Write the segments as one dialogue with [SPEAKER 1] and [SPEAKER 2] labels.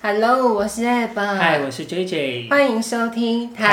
[SPEAKER 1] Hello，我是 a b
[SPEAKER 2] 嗨，我是 JJ。
[SPEAKER 1] 欢迎收听
[SPEAKER 2] 雌雄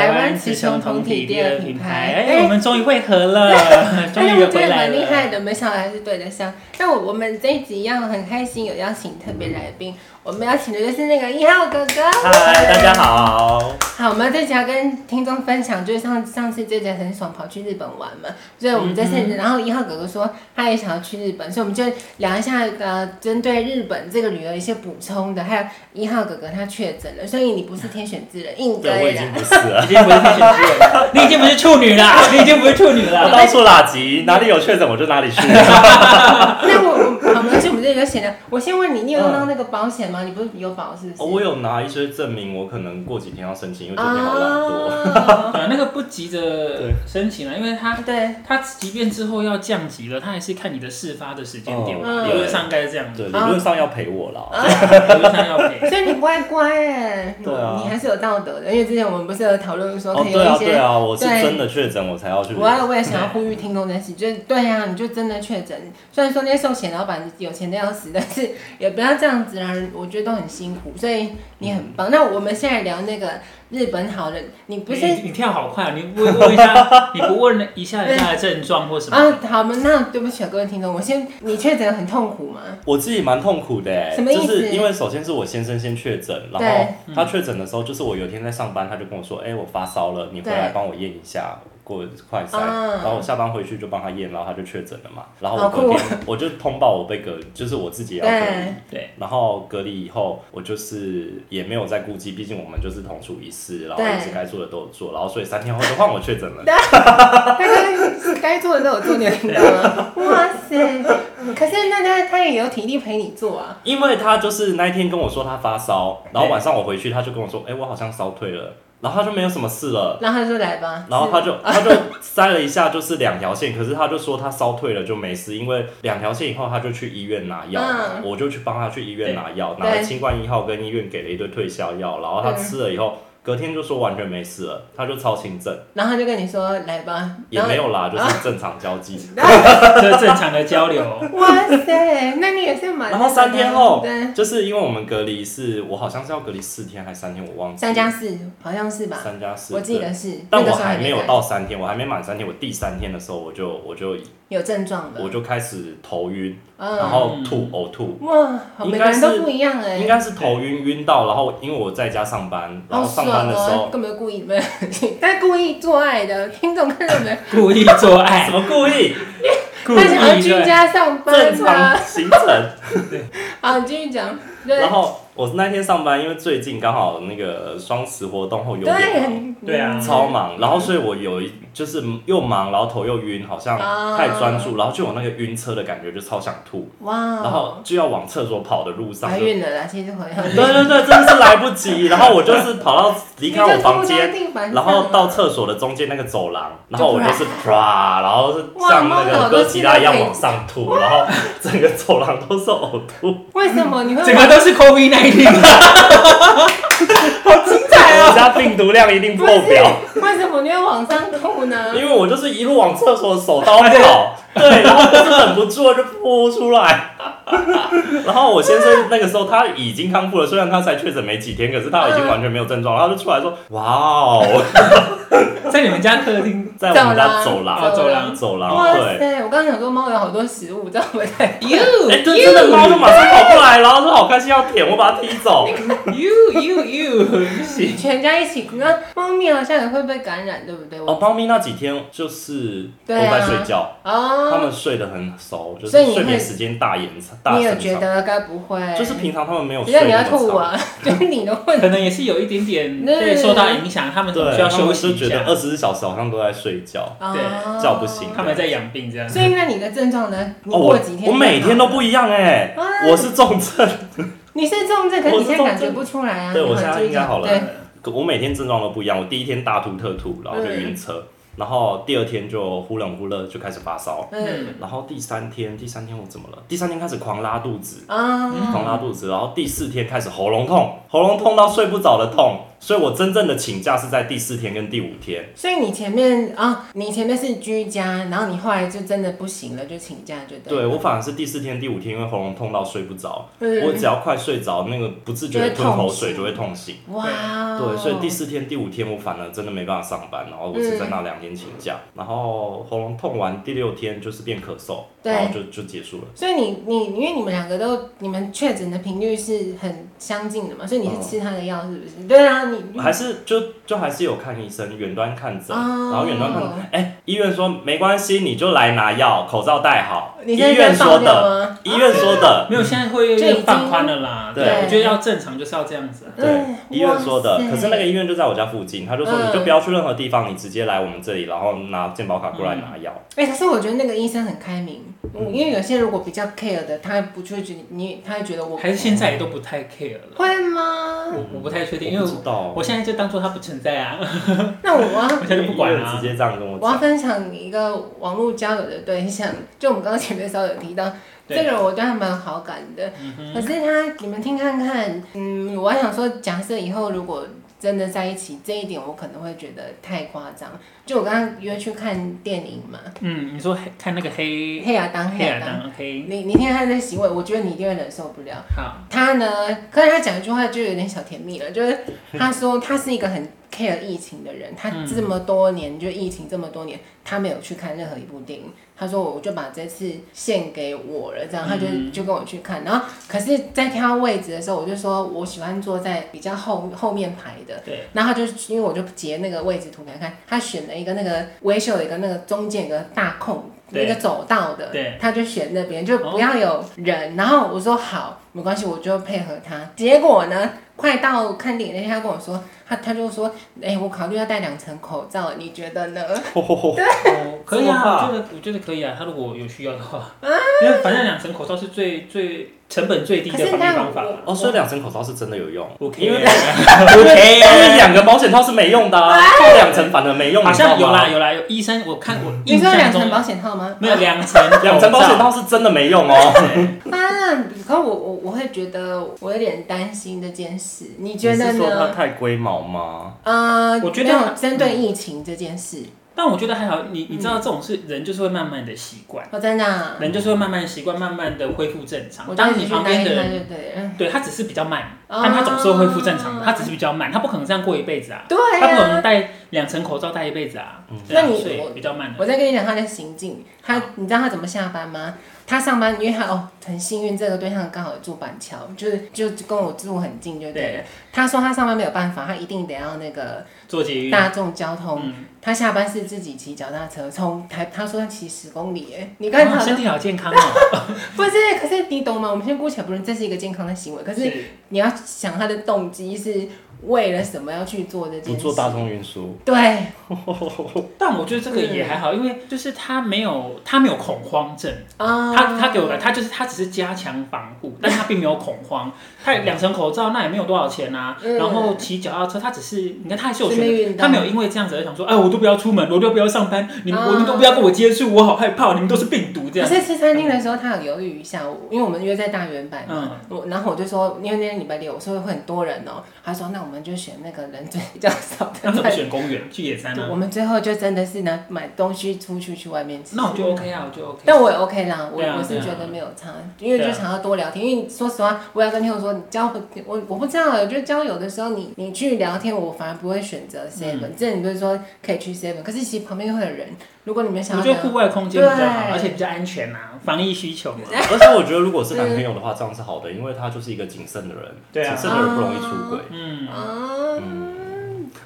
[SPEAKER 2] 哎，我
[SPEAKER 1] 哎，
[SPEAKER 2] 们终于会 合了，哎终
[SPEAKER 1] 但是
[SPEAKER 2] 于
[SPEAKER 1] 哎我觉
[SPEAKER 2] 回
[SPEAKER 1] 得
[SPEAKER 2] 来
[SPEAKER 1] 蛮厉害
[SPEAKER 2] 了。
[SPEAKER 1] 的，没想到还是对得上。那我我们这一集一样很开心，有邀请特别来宾，我们邀请的就是那个一号哥哥。
[SPEAKER 2] 嗨，大家。好。
[SPEAKER 1] 好，我们这集要跟听众分享，就是上上次 JJ 很爽跑去日本玩嘛，所以我们这次，
[SPEAKER 3] 嗯
[SPEAKER 1] 然后一号哥哥说他也想要去日本，所以我们就聊一下呃，针对日本这个旅游一些补充的，还有一号哥哥他确诊了，所以你不是天选之人，应
[SPEAKER 3] 对，我
[SPEAKER 1] 该
[SPEAKER 3] 已经
[SPEAKER 1] 的。
[SPEAKER 3] 不是了
[SPEAKER 2] 已，经不是天选之人了， 你已经不是处女啦，你已经不是处女
[SPEAKER 3] 我
[SPEAKER 2] 了。
[SPEAKER 3] 到处拉吉，哪里有确诊我就哪里去。
[SPEAKER 1] 那我我好，没关系，我们这里就闲聊。我先问你，你有用到那个保险吗？你不是有保是不是？
[SPEAKER 3] 我有拿一些证明，我可能过几天要申请，因为这边好懒惰。
[SPEAKER 1] 啊，
[SPEAKER 2] 呃，那个不急着
[SPEAKER 3] 对
[SPEAKER 2] 申请啊了，因为他
[SPEAKER 1] 对，
[SPEAKER 2] 他即便之后要降级了，他还是看你的事发的时间点嘛，
[SPEAKER 1] 嗯
[SPEAKER 2] 理论上该这样子，
[SPEAKER 3] 对，理
[SPEAKER 1] 啊
[SPEAKER 3] 论上要赔我啦。
[SPEAKER 2] 理论上要赔。
[SPEAKER 1] 所以你乖乖哎，
[SPEAKER 3] 对啊
[SPEAKER 1] 你还是有道德的，因为之前我们不是有讨论说
[SPEAKER 3] 哦，
[SPEAKER 1] 可以有
[SPEAKER 3] 对
[SPEAKER 1] 一
[SPEAKER 3] 啊，
[SPEAKER 1] 些
[SPEAKER 3] 对哦啊，我是
[SPEAKER 1] 对
[SPEAKER 3] 真的确诊，我才要去。
[SPEAKER 1] 我要我也想要呼吁听众这件事，就是对啊，你就真的确诊。虽然说那些寿险老板有钱的要死，但是也不要这样子啦。我觉得都很辛苦，所以你很棒。那我们现在聊那个日本好人，你不是
[SPEAKER 2] 你你跳好快，你不问 一下，你不问一下人家的症状或什么？
[SPEAKER 1] 啊？好嘛，那对不起啊，各位听众，我先你确诊很痛苦吗？
[SPEAKER 3] 我自己蛮痛苦的欸，
[SPEAKER 1] 什么意思
[SPEAKER 3] 就是因为首先是我先生先确诊，然后
[SPEAKER 1] 对
[SPEAKER 3] 他确诊的时候，就是我有一天在上班，他就跟我说：“哎、我发烧了，你回来
[SPEAKER 1] 对
[SPEAKER 3] 帮我验一下。”过快筛，
[SPEAKER 1] 嗯
[SPEAKER 3] 然后我下班回去就帮他验，然后他就确诊了嘛。然后
[SPEAKER 1] 好
[SPEAKER 3] 我
[SPEAKER 1] 酷
[SPEAKER 3] 隔天我就通报我被隔，就是我自己也要隔离
[SPEAKER 1] 对。
[SPEAKER 2] 对，
[SPEAKER 3] 然后隔离以后，我就是也没有再顾忌，毕竟我们就是同处一室，然后
[SPEAKER 1] 对
[SPEAKER 3] 一直该做的都有做，然后所以三天后就换我确诊 了。
[SPEAKER 1] 大概该做的都有做，你有听到吗？ 哇塞！可是那他他也有体力陪你做啊。
[SPEAKER 3] 因为他就是那一天跟我说他发烧，然后晚上我回去他就跟我说，哎、我好像烧退了，然后他就没有什么事了。
[SPEAKER 1] 然后他就来吧，
[SPEAKER 3] 然后他
[SPEAKER 1] 是
[SPEAKER 3] 就他就塞了一下，就是两条线，可是他就说他烧退了就没事，因为两条线以后他就去医院拿药，
[SPEAKER 1] 嗯
[SPEAKER 3] 我就去帮他去医院拿药，
[SPEAKER 1] 对嗯
[SPEAKER 3] 拿了新冠一号跟医院给了一堆退烧药，然后他吃了以后，隔天就说完全没事了，他就超轻症，
[SPEAKER 1] 然后他就跟你说来吧，
[SPEAKER 3] 也没
[SPEAKER 1] 有。
[SPEAKER 3] 有啦，就是正常交际。
[SPEAKER 2] 这是正常的交流。
[SPEAKER 1] 哇塞，那你也是蛮……嗯
[SPEAKER 3] 然后三天后
[SPEAKER 1] 对，，
[SPEAKER 3] 就是因为我们隔离是，我好像是要隔离四天还是三天，我忘记
[SPEAKER 1] 三
[SPEAKER 3] 了。
[SPEAKER 1] 加四好像是吧？
[SPEAKER 3] 三加四，
[SPEAKER 1] 我记
[SPEAKER 3] 对
[SPEAKER 1] 得。是，那
[SPEAKER 3] 但我
[SPEAKER 1] 个时候
[SPEAKER 3] 还没有
[SPEAKER 1] 来
[SPEAKER 3] 到三天，我还没满三天。我第三天的时候，我就我就
[SPEAKER 1] 有症状的，
[SPEAKER 3] 我就开始头晕，然
[SPEAKER 1] 嗯，
[SPEAKER 3] 后吐呕吐，
[SPEAKER 1] 哇，好
[SPEAKER 3] 应
[SPEAKER 1] 每
[SPEAKER 3] 该
[SPEAKER 1] 个人都
[SPEAKER 3] 是
[SPEAKER 1] 不一样哎，
[SPEAKER 3] 应该是头晕晕到，然后因为我在家上班，然
[SPEAKER 1] 好
[SPEAKER 3] 后上
[SPEAKER 1] 爽
[SPEAKER 3] 班的时
[SPEAKER 1] 哦，
[SPEAKER 3] 候
[SPEAKER 1] 根本就故意没有，但故意做爱的听众看到没？
[SPEAKER 2] 故意做
[SPEAKER 3] 怎
[SPEAKER 2] 爱，
[SPEAKER 3] 么故 意
[SPEAKER 2] 故
[SPEAKER 1] 他想要
[SPEAKER 2] 意
[SPEAKER 1] 居
[SPEAKER 2] 对，
[SPEAKER 1] 家上
[SPEAKER 3] 正
[SPEAKER 1] 班
[SPEAKER 3] 常
[SPEAKER 1] 啊。
[SPEAKER 3] 行程，
[SPEAKER 1] 好，你继续讲， 对
[SPEAKER 3] 然后我那天上班，因为最近刚好那个双十活动后有
[SPEAKER 1] 对，
[SPEAKER 3] 点忙
[SPEAKER 1] 很嗯
[SPEAKER 2] 对啊
[SPEAKER 3] 超忙，然后所以我有一就是又忙，然后头又晕，好像
[SPEAKER 1] 啊
[SPEAKER 3] 太专注，然后就有那个晕车的感觉，就超想吐，
[SPEAKER 1] 哇，
[SPEAKER 3] 然后就要往厕所跑的路上
[SPEAKER 1] 怀
[SPEAKER 3] 就。
[SPEAKER 1] 孕了啦，其实好像
[SPEAKER 3] 对对对，真的是来不及。然后我就是跑到离开我房 间，，然后到厕所的中间那个走廊，然后我就是啪，然后是像那个哥吉拉一样往上吐，然后整个走廊都是呕吐。
[SPEAKER 1] 为什么你会
[SPEAKER 2] 整个都是 COVID 1 9
[SPEAKER 1] 精彩
[SPEAKER 3] 我！家病毒量一定破
[SPEAKER 1] 不是
[SPEAKER 3] 表。，
[SPEAKER 1] 为什么你会往上吐 呢？
[SPEAKER 3] 因为我就是一路往厕所手刀跑， 对，然后就是忍不住了就扑出 来。然后我先生那个时候他已经康复了，虽然他才确诊没几天，可是他已经完全没有症状，然后 他就出来说：“哇哦，
[SPEAKER 2] 在你们家客厅
[SPEAKER 3] 在我们家
[SPEAKER 1] 走
[SPEAKER 3] 走
[SPEAKER 1] 廊
[SPEAKER 3] 廊，
[SPEAKER 2] 哦，走廊。
[SPEAKER 3] 走
[SPEAKER 1] 哇
[SPEAKER 3] 廊，对，
[SPEAKER 1] 塞！我刚刚想说猫有好多食物，这样会太……
[SPEAKER 2] You
[SPEAKER 3] 哎，对，真的猫就马上跑过来，然后就好开心要舔，我把它踢 走。
[SPEAKER 2] you you you 不行，
[SPEAKER 1] 全家一起，那猫咪好像也会被感染，对不对？
[SPEAKER 3] 哦，猫咪那几天就是都
[SPEAKER 1] 对啊
[SPEAKER 3] 在睡觉，它
[SPEAKER 1] 哦，
[SPEAKER 3] 们睡得很熟，就是
[SPEAKER 1] 所以你会
[SPEAKER 3] 睡眠时间大延长，大
[SPEAKER 1] 你也
[SPEAKER 3] 延
[SPEAKER 1] 觉
[SPEAKER 3] 长，
[SPEAKER 1] 得该不会？
[SPEAKER 3] 就是平常它们没有
[SPEAKER 1] 只
[SPEAKER 3] 睡
[SPEAKER 1] 要
[SPEAKER 3] 那
[SPEAKER 1] 你
[SPEAKER 3] 么
[SPEAKER 1] 要
[SPEAKER 3] 长。
[SPEAKER 1] 吐啊， 就是你的问题。
[SPEAKER 2] 可能也是有一点点
[SPEAKER 1] 对
[SPEAKER 2] 被受到影响，他们可能
[SPEAKER 3] 对，
[SPEAKER 2] 需要
[SPEAKER 3] 他
[SPEAKER 2] 休
[SPEAKER 3] 们
[SPEAKER 2] 息
[SPEAKER 3] 就
[SPEAKER 2] 一
[SPEAKER 3] 觉得呃
[SPEAKER 2] 下，
[SPEAKER 3] 二十四小时好像都在睡觉。
[SPEAKER 1] 哦
[SPEAKER 3] 叫不醒
[SPEAKER 2] 他们在养病这样。
[SPEAKER 1] 所以那你的症状呢？你
[SPEAKER 3] 哦，
[SPEAKER 1] 过
[SPEAKER 3] 我
[SPEAKER 1] 几天？
[SPEAKER 3] 我每天都不一样哎、
[SPEAKER 1] 啊
[SPEAKER 3] 我是重症，
[SPEAKER 1] 你是重症，可是你现在感觉不出来啊。
[SPEAKER 3] 对
[SPEAKER 1] 你
[SPEAKER 3] 我
[SPEAKER 1] 很
[SPEAKER 3] 现在
[SPEAKER 1] 注意
[SPEAKER 3] 应该
[SPEAKER 1] 看
[SPEAKER 3] 好了
[SPEAKER 1] 对，。
[SPEAKER 3] 我每天症状都不一样，我第一天大吐特吐，然后就晕车，然后第二天就忽冷忽热就开始发烧，
[SPEAKER 1] 嗯
[SPEAKER 3] 然后第三天，第三天我怎么了？第三天开始狂拉肚子，
[SPEAKER 1] 啊，
[SPEAKER 3] 嗯狂拉肚子，然后第四天开始喉咙痛，喉咙痛到睡不着的痛，所以我真正的请假是在第四天跟第五天。
[SPEAKER 1] 所以你前面啊、你前面是居家，然后你后来就真的不行了，就请假就对。
[SPEAKER 3] 对我反而是第四天、第五天，因为喉咙痛到睡不着，
[SPEAKER 1] 嗯
[SPEAKER 3] 我只要快睡着，那个不自觉的吞口水就会痛醒。
[SPEAKER 1] 哇哦，
[SPEAKER 3] 对，所以第四天、第五天我反而真的没办法上班，然后我只在那
[SPEAKER 1] 嗯
[SPEAKER 3] 两天请假，然后喉咙痛完第六天就是变咳嗽，
[SPEAKER 1] 对
[SPEAKER 3] 然后就就结束了。
[SPEAKER 1] 所以你你因为你们两个都你们确诊的频率是很相近的嘛，所以你是吃他的药是不是？对啊，你
[SPEAKER 3] 嗯还是就就还是有看医生，远端看诊，
[SPEAKER 1] 哦
[SPEAKER 3] 然后远端看诊，哎、医院说没关系，你就来拿药，口罩戴好。
[SPEAKER 1] 你
[SPEAKER 3] 医
[SPEAKER 1] 现在在
[SPEAKER 3] 院
[SPEAKER 1] 爆料
[SPEAKER 3] 说的，
[SPEAKER 1] 吗？
[SPEAKER 3] 医院说 的，
[SPEAKER 2] 没有，现在会
[SPEAKER 1] 就已经
[SPEAKER 2] 放宽了啦。
[SPEAKER 3] 对
[SPEAKER 2] 我觉得要正常就是要这样子啊。
[SPEAKER 3] 对
[SPEAKER 1] 嗯，
[SPEAKER 3] 医院说的
[SPEAKER 1] 哇。塞
[SPEAKER 3] 可是那个医院就在我家附近，他就说
[SPEAKER 1] 嗯
[SPEAKER 3] 你就不要去任何地方，你直接来我们这里，然后拿健保卡过来拿药。
[SPEAKER 1] 哎、可是我觉得那个医生很开明，
[SPEAKER 3] 嗯
[SPEAKER 1] 因为有些如果比较 care 的，他不就会觉得你，他会觉得我
[SPEAKER 2] 还是现在也都不太 care 了。
[SPEAKER 1] 会吗？
[SPEAKER 2] 我我不太确定，因
[SPEAKER 3] 我
[SPEAKER 2] 为
[SPEAKER 3] 不知道
[SPEAKER 2] 我我现在就当做它不存在啊，
[SPEAKER 1] 那我要
[SPEAKER 2] 我现在就不管
[SPEAKER 3] 医
[SPEAKER 2] 了、
[SPEAKER 3] 院直
[SPEAKER 2] 啊。
[SPEAKER 3] 接这样跟我
[SPEAKER 1] 我要
[SPEAKER 3] 讲。
[SPEAKER 1] 分享一个网络交友的对象，就我们刚刚前面稍微有提到，这个
[SPEAKER 2] 对
[SPEAKER 1] 人我对他蛮有好感的。可是他，你们听看看，嗯，我还想说，假设以后如果真的在一起，这一点我可能会觉得太夸张。就我刚刚约去看电影嘛，
[SPEAKER 2] 嗯，你说黑看那个黑
[SPEAKER 1] 黑亚当，黑
[SPEAKER 2] 黑
[SPEAKER 1] 亚
[SPEAKER 2] 亚
[SPEAKER 1] 当，
[SPEAKER 2] 当黑，啊
[SPEAKER 1] 你你听他的行为，我觉得你一定会忍受不了。
[SPEAKER 2] 好，
[SPEAKER 1] 他呢，可是他讲一句话就有点小甜蜜了，就是他说他是一个很 care 疫情的人，他这么多年就疫情这么多年，他没有去看任何一部电影。他说我就把这次献给我了，这样他就
[SPEAKER 2] 嗯
[SPEAKER 1] 就跟我去看。然后可是，在挑位置的时候，我就说我喜欢坐在比较后后面排的。
[SPEAKER 2] 对，
[SPEAKER 1] 然后他就因为我就截那个位置图给他看，他选了一个那个维修的一个那个中间有个大空
[SPEAKER 2] 对
[SPEAKER 1] 一个走道的，
[SPEAKER 2] 对
[SPEAKER 1] 他就选那边就不要有人。然后我说好，没关系，我就配合他。结果呢，快到看电影那天，他跟我说，他他就说，哎、我考虑要戴两层口罩，你觉得 呢？
[SPEAKER 2] 哦可以
[SPEAKER 3] 这么啊
[SPEAKER 2] 啊，
[SPEAKER 3] 怕
[SPEAKER 2] 我觉得我觉得可以啊，他如果有需要的话，因为反正两层口罩是最最成本最低的
[SPEAKER 1] 可是
[SPEAKER 2] 防疫
[SPEAKER 1] 那
[SPEAKER 2] 方法
[SPEAKER 1] 我
[SPEAKER 2] 了。
[SPEAKER 3] 哦，所以两层口罩是真的有 用。
[SPEAKER 2] OK，
[SPEAKER 3] 因为
[SPEAKER 2] OK，
[SPEAKER 3] 因为两个保险套是没用的啊，
[SPEAKER 1] 哎
[SPEAKER 3] 套两层反而没用，
[SPEAKER 2] 好像
[SPEAKER 3] 你知道
[SPEAKER 2] 有
[SPEAKER 3] 吗
[SPEAKER 2] 啦有啦，有医生我看我
[SPEAKER 1] 你
[SPEAKER 2] 印
[SPEAKER 1] 说两
[SPEAKER 2] 象
[SPEAKER 1] 层
[SPEAKER 2] 中
[SPEAKER 1] 保险套吗？
[SPEAKER 2] 没有两层
[SPEAKER 3] 两层保险套是真的没用哦。
[SPEAKER 2] 对
[SPEAKER 1] 啊，可我我我会觉得我有点担心这件事， 你觉
[SPEAKER 3] 你
[SPEAKER 1] 得
[SPEAKER 3] 是说它
[SPEAKER 1] 呢？
[SPEAKER 3] 太龟毛吗？
[SPEAKER 1] 呃，
[SPEAKER 2] 我觉得
[SPEAKER 1] 没有针对疫情这件事，
[SPEAKER 2] 但我觉得还好，你你知道这种事，人就是会慢慢的习惯，
[SPEAKER 1] 我真的啊、
[SPEAKER 2] 人就是会慢慢习惯，慢慢的恢复正常。
[SPEAKER 1] 我
[SPEAKER 2] 当你旁边的人，
[SPEAKER 1] 对对，嗯
[SPEAKER 2] 对他只是比较慢，
[SPEAKER 1] 哦
[SPEAKER 2] 但他总是会恢复正常的，他只是比较慢，他不可能这样过一辈子啊。
[SPEAKER 1] 对
[SPEAKER 2] 他不可能
[SPEAKER 1] 呀、
[SPEAKER 2] 戴两层口罩戴一辈子啊，
[SPEAKER 3] 嗯
[SPEAKER 2] 对
[SPEAKER 1] 那
[SPEAKER 2] 啊
[SPEAKER 1] 你
[SPEAKER 2] 所以
[SPEAKER 1] 我
[SPEAKER 2] 比较慢的。
[SPEAKER 1] 我在跟你讲他的行径，他你知道他怎么下班吗？他上班，因为他哦很幸运，这个对象刚好住板桥，就是就跟我住很近就对了。他说他上班没有办法，他一定得要那个
[SPEAKER 2] 做捷运，
[SPEAKER 1] 大众交通。
[SPEAKER 2] 嗯，
[SPEAKER 1] 他下班是自己骑脚踏车，从台他说他骑十公里，哎，你刚才
[SPEAKER 2] 哇
[SPEAKER 1] 好
[SPEAKER 2] 身
[SPEAKER 1] 像
[SPEAKER 2] 体好健 康哦。
[SPEAKER 1] 不是，可是你懂吗？我们先姑且不论这是一个健康的行为，可是你要想他的动机是为了什么要去做这件事？
[SPEAKER 3] 不做大众运输，
[SPEAKER 1] 对，
[SPEAKER 2] 但我觉得这个也还好，因为就是他没有他没有恐慌症，
[SPEAKER 1] 啊、
[SPEAKER 2] 他他给我的他就是他只是加强防 护，但他并没有恐慌。他两层口罩那也没有多少钱啊，
[SPEAKER 1] 嗯
[SPEAKER 2] 然后骑脚踏车他只是你看他还是有
[SPEAKER 1] 是命
[SPEAKER 2] 选
[SPEAKER 1] 运
[SPEAKER 2] 择，
[SPEAKER 1] 的
[SPEAKER 2] 他没有因为这样子而想说，哎，我都不要出门，我都不要上班，你们、
[SPEAKER 1] 啊
[SPEAKER 2] 我们都不要跟我接触，我好害怕，你们都是病毒这
[SPEAKER 1] 可
[SPEAKER 2] 样。
[SPEAKER 1] 是吃餐厅的时候，他有犹豫一下，我因为我们约在大圆板嘛
[SPEAKER 2] 嗯，
[SPEAKER 1] 我然后我就说，因为那天礼拜六，我说会很多人哦、他说那我们就选那个人最比较少
[SPEAKER 2] 那
[SPEAKER 1] 的
[SPEAKER 2] 怎么
[SPEAKER 1] 餐
[SPEAKER 2] 选公园去野餐啊
[SPEAKER 1] 厅。
[SPEAKER 2] 呢、
[SPEAKER 1] 我们最后就真的是拿买东西出去去外面吃。
[SPEAKER 2] 那我就 OK 啊，我就 OK。
[SPEAKER 1] 但我也 OK 啦，我、
[SPEAKER 2] 对啊
[SPEAKER 1] 我是
[SPEAKER 2] 对啊啊
[SPEAKER 1] 觉得没有差，因为就想要多聊天。因为说实话，我要跟听友说，你交我我不知道，啊我觉得交友的时候你，你去聊天，我反而不会选
[SPEAKER 2] 嗯
[SPEAKER 1] 择 seven、这你不是说可以去 seven，可是其实旁边会有人，如果你们想
[SPEAKER 2] 我
[SPEAKER 1] 要
[SPEAKER 2] 觉
[SPEAKER 1] 聊
[SPEAKER 2] 得户外空间比较好，
[SPEAKER 1] 对
[SPEAKER 2] 而且比较安全呐、防疫需求嘛。
[SPEAKER 1] 嗯
[SPEAKER 3] 而且我觉得如果是男朋友的话，这样是好的，因为他就是一个谨慎的人，
[SPEAKER 2] 对啊
[SPEAKER 3] 谨慎的人不容易出
[SPEAKER 1] 哦
[SPEAKER 3] 轨。
[SPEAKER 2] 嗯，
[SPEAKER 1] 啊，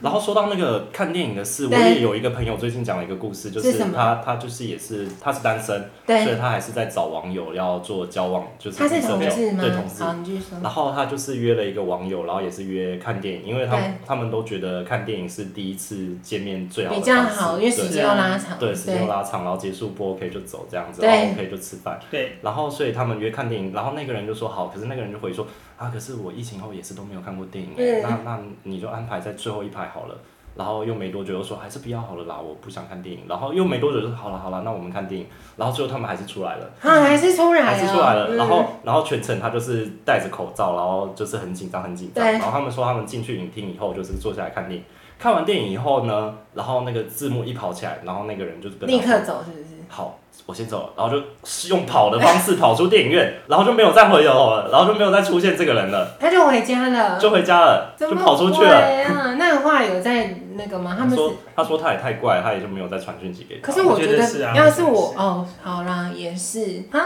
[SPEAKER 3] 然后说到那个看电影的事，我
[SPEAKER 1] 对
[SPEAKER 3] 也有一个朋友最近讲了一个故事，就是
[SPEAKER 1] 什
[SPEAKER 3] 是
[SPEAKER 1] 么
[SPEAKER 3] 他他就是也是他是单身，
[SPEAKER 1] 对
[SPEAKER 3] 所以他还是在找网友要做交往，就是
[SPEAKER 1] 他是
[SPEAKER 3] 异性
[SPEAKER 1] 同
[SPEAKER 3] 恋
[SPEAKER 1] 志吗？
[SPEAKER 3] 对同志
[SPEAKER 1] 好，。你继续说。
[SPEAKER 3] 然后他就是约了一个网友，然后也是约看电影，因为他
[SPEAKER 1] 对
[SPEAKER 3] 们他们都觉得看电影是第一次见面最好的
[SPEAKER 1] 比较
[SPEAKER 3] 方式
[SPEAKER 1] 好，因为
[SPEAKER 3] 对
[SPEAKER 1] 时间要拉长。
[SPEAKER 3] 对，时间拉长，然后结束不 OK 就走这样子，
[SPEAKER 1] 对
[SPEAKER 3] 然后 OK 就吃饭。
[SPEAKER 2] 对，
[SPEAKER 3] 然后所以他们约看电影，然后那个人就说好，可是那个人就回说啊，可是我疫情后也是都没有看过电影、欸，
[SPEAKER 1] 嗯
[SPEAKER 3] 那那你就安排在最后一排好了。然后又没多久又说还是不要好了啦，我不想看电影。然后又没多久就说好了好了，那我们看电影。然后最后他们还是出来了，
[SPEAKER 1] 啊，还是出来了，
[SPEAKER 3] 还是出来了。
[SPEAKER 1] 嗯
[SPEAKER 3] 然后然后全程他就是戴着口罩，然后就是很紧张很紧张。
[SPEAKER 1] 对
[SPEAKER 3] 然后他们说他们进去影厅以后就是坐下来看电影。看完电影以后呢，然后那个字幕一跑起来，然后那个人就是跟他
[SPEAKER 1] 立
[SPEAKER 3] 说
[SPEAKER 1] 刻走是不是？
[SPEAKER 3] 好，我先走了，然后就是用跑的方式跑出电影院，然后就没有再回头了，然后就没有再出现这个 人了，
[SPEAKER 1] 他就回家了，
[SPEAKER 3] 就回家了，
[SPEAKER 1] 怎
[SPEAKER 3] 就
[SPEAKER 1] 么
[SPEAKER 3] 跑出去
[SPEAKER 1] 会
[SPEAKER 3] 了。
[SPEAKER 1] 啊？那后来有在那个吗？他
[SPEAKER 3] 他
[SPEAKER 1] 们
[SPEAKER 3] 说
[SPEAKER 1] 是。：“
[SPEAKER 3] 他说他也太怪，他也就没有再传讯息给
[SPEAKER 1] 可
[SPEAKER 3] 他，
[SPEAKER 1] 是我觉
[SPEAKER 2] 我觉
[SPEAKER 1] 得
[SPEAKER 2] 得是，啊
[SPEAKER 1] 要是
[SPEAKER 2] 我
[SPEAKER 1] 我
[SPEAKER 2] 觉
[SPEAKER 1] 哦，好啦，也是啊，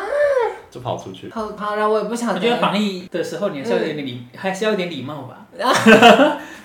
[SPEAKER 3] 就跑出去。
[SPEAKER 1] 好好嗯啦，我也不晓
[SPEAKER 2] 我觉得
[SPEAKER 1] 得。
[SPEAKER 2] 防疫的时候，你还是要有点礼，还是要有点礼貌 吧。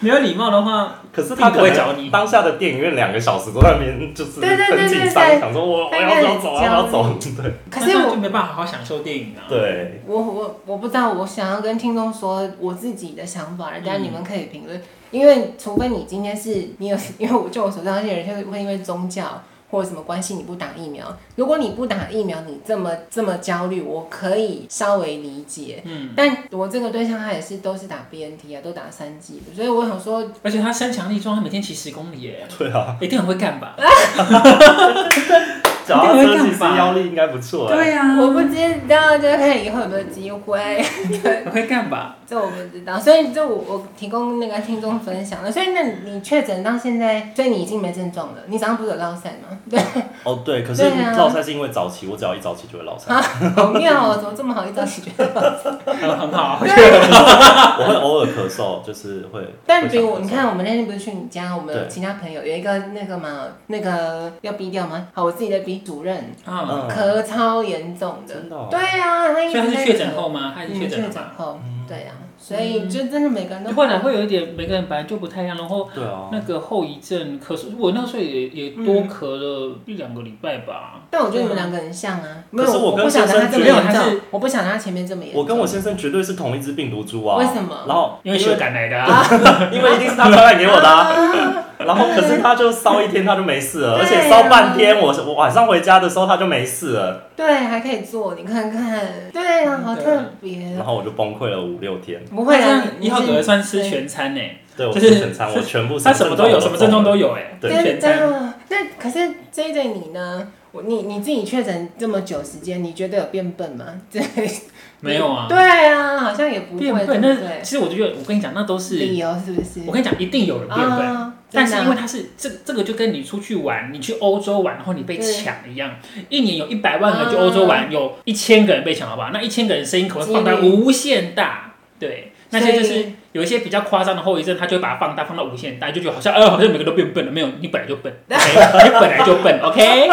[SPEAKER 2] 没有礼貌的话，
[SPEAKER 3] 可是他
[SPEAKER 2] 并不
[SPEAKER 3] 可
[SPEAKER 2] 会找
[SPEAKER 3] 能
[SPEAKER 2] 你
[SPEAKER 3] 当下的电影院两个小时都在那边，就是
[SPEAKER 1] 对对对
[SPEAKER 3] 很紧
[SPEAKER 1] 对对
[SPEAKER 3] 张，想说我我
[SPEAKER 1] 他应
[SPEAKER 3] 要
[SPEAKER 1] 该
[SPEAKER 3] 不要
[SPEAKER 1] 很
[SPEAKER 3] 走，要不要
[SPEAKER 1] 焦
[SPEAKER 3] 走？对
[SPEAKER 1] 可是
[SPEAKER 2] 那就
[SPEAKER 1] 我
[SPEAKER 2] 没办法好好享受电影啊。，
[SPEAKER 3] 对，
[SPEAKER 1] 我我我不知道，我想要跟听众说我自己的想法，
[SPEAKER 2] 嗯
[SPEAKER 1] 但你们可以评论，因为除非你今天是你有， 因为我就我所知道，有些人会因为宗教。或者什么关系你不打疫苗？如果你不打疫苗，你这么这么焦虑，我可以稍微理解。
[SPEAKER 2] 嗯，
[SPEAKER 1] 但我这个对象他也是都是打 BNT 啊，都打三剂的，所以我想说，
[SPEAKER 2] 而且他身强力壮，他每天骑十公里耶，
[SPEAKER 3] 对啊，
[SPEAKER 2] 一定很会干吧？
[SPEAKER 3] 脚踏
[SPEAKER 2] 一定
[SPEAKER 3] 车
[SPEAKER 2] 会
[SPEAKER 3] 其
[SPEAKER 2] 干
[SPEAKER 3] 实
[SPEAKER 2] 吧
[SPEAKER 3] 腰力应该不错。哎，
[SPEAKER 2] 呀
[SPEAKER 1] 我不知道，就看以后有没有机会，
[SPEAKER 2] 很会干吧？
[SPEAKER 1] 这我不知道。所以这我我提供那个听众分享了。所以那你确诊到现在，所以你已经没症状了。你早上不是有落散 吗？对，
[SPEAKER 3] 哦对，可是
[SPEAKER 1] 对啊
[SPEAKER 3] 落赛是因为早起，我只要一早起就会落 赛，
[SPEAKER 1] 好妙哦，怎么这么好一早起觉 得？
[SPEAKER 2] 很很好，
[SPEAKER 3] 我会偶尔咳嗽，就是会。
[SPEAKER 1] 但
[SPEAKER 3] 会
[SPEAKER 1] 比
[SPEAKER 3] 想
[SPEAKER 1] 我，
[SPEAKER 3] 咳
[SPEAKER 1] 你
[SPEAKER 3] 嗽
[SPEAKER 1] 看我们那天不是去你家，我们有
[SPEAKER 3] 对
[SPEAKER 1] 其他朋友有一个那个嘛，那个要逼掉吗？好，我自己在逼主任，
[SPEAKER 2] 嗯，
[SPEAKER 3] 嗯
[SPEAKER 1] 咳超严重的。
[SPEAKER 3] 真的哦
[SPEAKER 1] 对啊，他一
[SPEAKER 2] 所以他
[SPEAKER 1] 直
[SPEAKER 2] 是
[SPEAKER 1] 在
[SPEAKER 2] 确诊
[SPEAKER 1] 咳
[SPEAKER 2] 后吗？他是
[SPEAKER 1] 嗯
[SPEAKER 2] 确诊
[SPEAKER 1] 确
[SPEAKER 2] 了
[SPEAKER 1] 诊
[SPEAKER 2] 吧？
[SPEAKER 1] 后，对啊，所以就真的每个人都
[SPEAKER 2] 会来会有一点，每个人本来就不太一样，然后
[SPEAKER 3] 对啊，
[SPEAKER 2] 那个后遗症，咳嗽，我那时候也也多咳了一两个礼拜吧。
[SPEAKER 1] 但我觉得你们两个很像啊，没有，
[SPEAKER 3] 可是我跟
[SPEAKER 1] 不晓得他这么
[SPEAKER 2] 先生
[SPEAKER 1] 严
[SPEAKER 2] 觉得还
[SPEAKER 1] 重
[SPEAKER 2] 是，
[SPEAKER 1] 我不晓得他前面这么严重。
[SPEAKER 3] 我跟我先生绝对是同一只病毒株啊！
[SPEAKER 1] 为什么
[SPEAKER 3] 然后
[SPEAKER 2] 因为
[SPEAKER 3] 因
[SPEAKER 2] 血
[SPEAKER 3] 为
[SPEAKER 2] 感来的啊，
[SPEAKER 3] 因为一定是他传染给我 的、啊，然后可是他就烧一天他就没事了，
[SPEAKER 1] 对啊
[SPEAKER 3] 而且烧半天，我我晚上回家的时候他就没事了，
[SPEAKER 1] 对还可以做，你看看，对啊，
[SPEAKER 2] 嗯
[SPEAKER 1] 好特别
[SPEAKER 3] 然。后我就崩溃了五六天。
[SPEAKER 1] 不会
[SPEAKER 2] 这
[SPEAKER 1] 啊
[SPEAKER 2] 样，
[SPEAKER 1] 你
[SPEAKER 2] 一号
[SPEAKER 1] 是
[SPEAKER 2] 格算吃全餐呢，
[SPEAKER 3] 对，我
[SPEAKER 2] 就是
[SPEAKER 3] 是全餐，我全部
[SPEAKER 2] 他什么都有，什么症状
[SPEAKER 3] 有。
[SPEAKER 2] 都有哎，
[SPEAKER 3] 对
[SPEAKER 2] 全
[SPEAKER 1] 真
[SPEAKER 2] 餐。
[SPEAKER 1] 的。那可是 J J 你呢？我你你自己确诊这么久时间，你觉得有变笨吗？ 对，
[SPEAKER 2] 没有啊，
[SPEAKER 1] 对啊，好像也不会，
[SPEAKER 2] 变
[SPEAKER 1] 对
[SPEAKER 2] 笨。
[SPEAKER 1] 不
[SPEAKER 2] 那
[SPEAKER 1] 对？
[SPEAKER 2] 其实我觉得，我跟你讲，那都是
[SPEAKER 1] 理由是不是？
[SPEAKER 2] 我跟你讲，一定有人变笨。
[SPEAKER 1] 啊
[SPEAKER 2] 但是
[SPEAKER 1] 真的啊
[SPEAKER 2] 因为它是这这个就跟你出去玩，你去欧洲玩，然后你被抢一样，一年有一百万个
[SPEAKER 1] 啊
[SPEAKER 2] 人去欧洲玩，有一千个人被抢，好不好？那一千个人声音可能会放大
[SPEAKER 1] 几率
[SPEAKER 2] 无限大，对，那
[SPEAKER 1] 所
[SPEAKER 2] 些
[SPEAKER 1] 以
[SPEAKER 2] 就是有一些比较夸张的后遗症，他就会把它放大，放到无限大，就觉得好像，呃，好像每个都变笨了。没有，你本来 就笨，OK，你本来就笨，OK，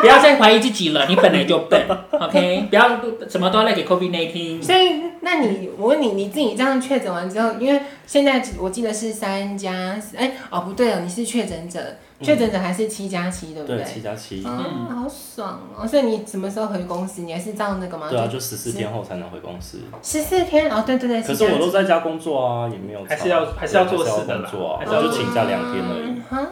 [SPEAKER 2] 不要再怀疑自己了，你本来就 笨，OK，不要什么都要赖给 COVID 19。
[SPEAKER 1] 所以，那你我问你，你自己这样确诊完之后，因为现在我记得是三加，哎，哦不对哦，你是确诊者，确诊者还是七加七，对不
[SPEAKER 3] 对，
[SPEAKER 1] 对？
[SPEAKER 3] 七加七，
[SPEAKER 1] 啊，好爽哦！所以你什么时候回公司？你还是照那个吗？
[SPEAKER 3] 对啊，就十四天后才能回公司。
[SPEAKER 1] 十四天哦，对对对。
[SPEAKER 3] 可
[SPEAKER 1] 是
[SPEAKER 3] 是
[SPEAKER 1] 这样
[SPEAKER 3] 我
[SPEAKER 1] 子
[SPEAKER 3] 都在家工作啊，也没有差。
[SPEAKER 2] 还是要还是要做事的
[SPEAKER 3] 工
[SPEAKER 2] 啦
[SPEAKER 3] 作啊，
[SPEAKER 2] 还是
[SPEAKER 3] 我
[SPEAKER 2] 要嗯
[SPEAKER 3] 就
[SPEAKER 2] 做事
[SPEAKER 3] 请假两天而已。嗯
[SPEAKER 1] 啊，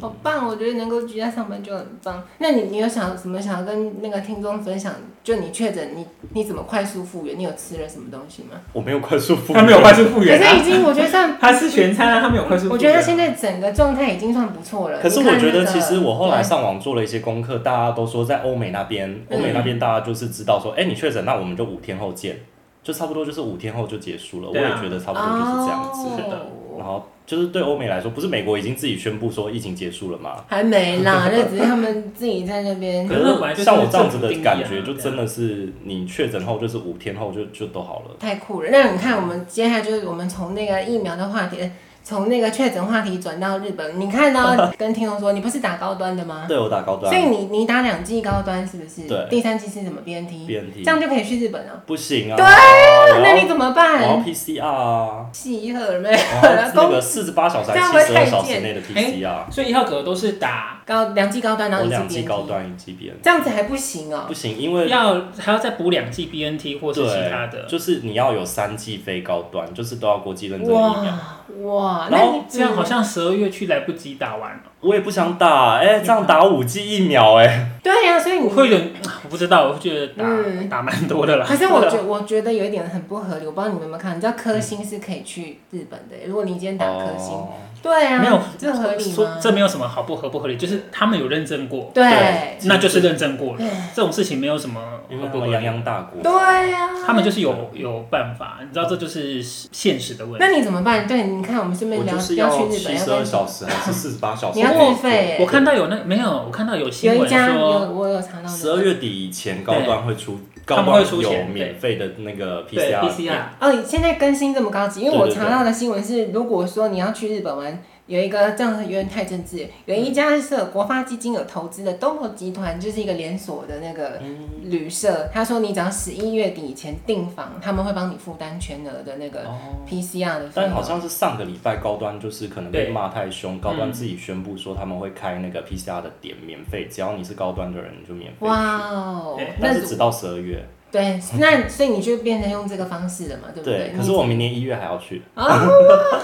[SPEAKER 1] 好棒！我觉得能够居家上班就很棒。那你你有想什么想要跟那个听众分享？就你确诊，你你怎么快速复原？你有吃了什么东西吗？
[SPEAKER 3] 我没有快速复原，
[SPEAKER 2] 他没有快速复
[SPEAKER 1] 可
[SPEAKER 2] 原
[SPEAKER 1] 是
[SPEAKER 2] 啊
[SPEAKER 1] 已，经，我觉得 算，
[SPEAKER 2] 他是全餐啊，他没有快速复原啊。
[SPEAKER 1] 我觉得他现在整个状态已经算不错了。
[SPEAKER 3] 可是
[SPEAKER 1] 你看
[SPEAKER 3] 我觉得，
[SPEAKER 1] 那个
[SPEAKER 3] 其实我后来
[SPEAKER 1] 对
[SPEAKER 3] 上网做了一些功课，大家都说在欧美那边，欧美那
[SPEAKER 2] 嗯
[SPEAKER 3] 边大家就是知道说，哎、你确诊，那我们就五天后见，就差不多就是五天后就结束了。我
[SPEAKER 2] 对啊
[SPEAKER 3] 也觉得差不多就是这样子。
[SPEAKER 2] 是的
[SPEAKER 1] 哦
[SPEAKER 3] 然后就是对欧美来说，不是美国已经自己宣布说疫情结束了吗？
[SPEAKER 1] 还没啦，那只是他们自己哎在那边
[SPEAKER 2] 可。是那本来就是
[SPEAKER 3] 像我这样子
[SPEAKER 2] 政府
[SPEAKER 3] 的
[SPEAKER 2] 定义啊
[SPEAKER 3] 感觉，就真的是你确诊后就是五天后就就都好了。
[SPEAKER 1] 太酷了！那你看，我们接下来就是我们从那个疫苗的话题，从那个确诊话题转到日本。你看 到跟听众说，你不是打高端的吗？
[SPEAKER 3] 对我打高端
[SPEAKER 1] 啊所以你你打两剂高端是不是？
[SPEAKER 3] 对
[SPEAKER 1] 第三剂是什么 BNT？这
[SPEAKER 3] BNT
[SPEAKER 1] 样就可以去日本了。
[SPEAKER 3] 不行啊，
[SPEAKER 1] 对
[SPEAKER 3] 我
[SPEAKER 1] 那
[SPEAKER 3] 要
[SPEAKER 1] 你怎么
[SPEAKER 3] 我要
[SPEAKER 1] 办？
[SPEAKER 3] PCR 啊，
[SPEAKER 1] 细喝没
[SPEAKER 3] 然后
[SPEAKER 1] 有？
[SPEAKER 3] 那
[SPEAKER 1] 公
[SPEAKER 3] 个四十八小时
[SPEAKER 1] 这样
[SPEAKER 3] 还
[SPEAKER 1] 会
[SPEAKER 3] 七十二
[SPEAKER 1] 太
[SPEAKER 3] 小时
[SPEAKER 1] 贱哎
[SPEAKER 3] 内的 PCR，
[SPEAKER 2] 所以一号格都是打
[SPEAKER 1] 高两剂高端，然
[SPEAKER 3] 我
[SPEAKER 1] 后
[SPEAKER 3] 哦两
[SPEAKER 1] 一剂
[SPEAKER 3] 剂高
[SPEAKER 1] BNT，
[SPEAKER 3] 端一剂 BNT。
[SPEAKER 1] 这样子还不行哦
[SPEAKER 3] 不。行，因为
[SPEAKER 2] 要还要再补两剂 BNT 或是其他
[SPEAKER 3] 对，
[SPEAKER 2] 的，
[SPEAKER 3] 就是你要有三剂非高端，就是都要国际认证的疫苗。
[SPEAKER 1] 哇哇，
[SPEAKER 3] 然
[SPEAKER 1] 那
[SPEAKER 3] 后
[SPEAKER 1] 你嗯
[SPEAKER 2] 这样好像十二月去来不及打完了，哦
[SPEAKER 3] 我也不想打，哎、这样打五剂疫苗、哎，
[SPEAKER 1] 对呀，所以你
[SPEAKER 2] 会有点我不知道，我觉得打、
[SPEAKER 1] 嗯
[SPEAKER 2] 打蛮多的啦。
[SPEAKER 1] 可是我觉我觉得有一点很不合理，我不知道你们有没有看，你知道科星是可以去日本的，如果你今天打科星，
[SPEAKER 3] 嗯哦
[SPEAKER 1] 对啊，
[SPEAKER 2] 没有
[SPEAKER 1] 这合理
[SPEAKER 2] 说
[SPEAKER 1] 吗？
[SPEAKER 2] 这没有什么好不合不合理，就是他们有认证过，
[SPEAKER 1] 对
[SPEAKER 3] 对
[SPEAKER 2] 那就是认证过了
[SPEAKER 1] 对，
[SPEAKER 2] 这种事情没有什么
[SPEAKER 3] 因
[SPEAKER 2] 合
[SPEAKER 3] 为
[SPEAKER 2] 不
[SPEAKER 3] 他
[SPEAKER 2] 合
[SPEAKER 3] 们
[SPEAKER 2] 理
[SPEAKER 3] 泱。泱大国，
[SPEAKER 1] 对呀、啊，
[SPEAKER 2] 他们就是有有办法，你知道这就是现实的问题
[SPEAKER 1] 那。你怎么办？对，你看我们顺便
[SPEAKER 3] 我
[SPEAKER 1] 聊
[SPEAKER 3] 就是
[SPEAKER 1] 要去日
[SPEAKER 3] 七
[SPEAKER 1] 本，要
[SPEAKER 3] 十二
[SPEAKER 1] 跟
[SPEAKER 3] 小时还是四十八小时？
[SPEAKER 1] 你要自费欸
[SPEAKER 2] 我看到有那没有，我看到有新
[SPEAKER 1] 有一
[SPEAKER 2] 闻
[SPEAKER 1] 家有
[SPEAKER 2] 说，
[SPEAKER 1] 我有查到
[SPEAKER 3] 十二月底以前高端会出，高
[SPEAKER 2] 他们会
[SPEAKER 3] 端
[SPEAKER 2] 出
[SPEAKER 3] 有
[SPEAKER 2] 钱对
[SPEAKER 3] 免费的那个
[SPEAKER 2] 对
[SPEAKER 3] PCR，
[SPEAKER 2] PCR，
[SPEAKER 1] 哦，现在更新这么高级，因为我
[SPEAKER 3] 对对对
[SPEAKER 1] 查到的新闻是，如果说你要去日本玩，有一个这样有点太政治，有一家是国发基金有投资的东和集团，就是一个连锁的那个
[SPEAKER 3] 嗯
[SPEAKER 1] 旅社，他说你只要十一月底以前订房，他们会帮你负担全额的那个 PCR 的费
[SPEAKER 3] 哦但好
[SPEAKER 1] 用。
[SPEAKER 3] 像是上个礼拜高端就是可能被
[SPEAKER 2] 对嗯
[SPEAKER 3] 骂太凶，高端自己宣布说他们会开那个 PCR 的点免费，只要你是高端的人你就免费。
[SPEAKER 1] 哇哦
[SPEAKER 2] 对，
[SPEAKER 1] 那
[SPEAKER 3] 哎但是只到十二月，
[SPEAKER 1] 对，那所以你就变成用这个方式了嘛，对不
[SPEAKER 3] 对。可
[SPEAKER 1] 你
[SPEAKER 3] 是我明年一月还要去，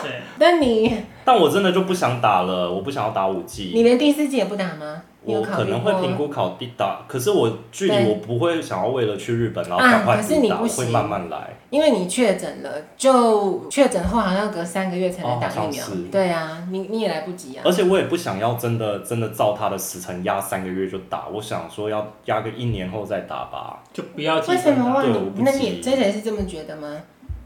[SPEAKER 2] 对，
[SPEAKER 1] 但你
[SPEAKER 3] 但我真的就不想打了，我不想要打五
[SPEAKER 1] 你
[SPEAKER 3] G，
[SPEAKER 1] 连第四季也不打吗？你有
[SPEAKER 3] 我
[SPEAKER 1] 考
[SPEAKER 3] 可
[SPEAKER 1] 虑
[SPEAKER 3] 能
[SPEAKER 1] 过
[SPEAKER 3] 会
[SPEAKER 1] 吗
[SPEAKER 3] 评估考地打，可是我距离
[SPEAKER 1] 对
[SPEAKER 3] 我不会想要为了去日本然后
[SPEAKER 1] 啊
[SPEAKER 3] 赶快
[SPEAKER 1] 可是你
[SPEAKER 3] 补打，
[SPEAKER 1] 不
[SPEAKER 3] 我会
[SPEAKER 1] 行
[SPEAKER 3] 慢慢来。
[SPEAKER 1] 因为你确诊了，就确诊后好像隔三个月才能打
[SPEAKER 3] 哦好
[SPEAKER 1] 疫
[SPEAKER 3] 像
[SPEAKER 1] 苗。
[SPEAKER 3] 是哦
[SPEAKER 1] 对啊，你你也来不及啊
[SPEAKER 3] 而。且我也不想要真的真的照他的时辰压三个月就打，我想说要压个一年后再打吧。
[SPEAKER 2] 就不要急
[SPEAKER 1] 为
[SPEAKER 2] 着
[SPEAKER 1] 什么
[SPEAKER 2] 打
[SPEAKER 1] 哇？
[SPEAKER 3] 对
[SPEAKER 1] 你
[SPEAKER 3] 我不
[SPEAKER 1] 那
[SPEAKER 3] 急
[SPEAKER 1] 你真的是这么觉得吗？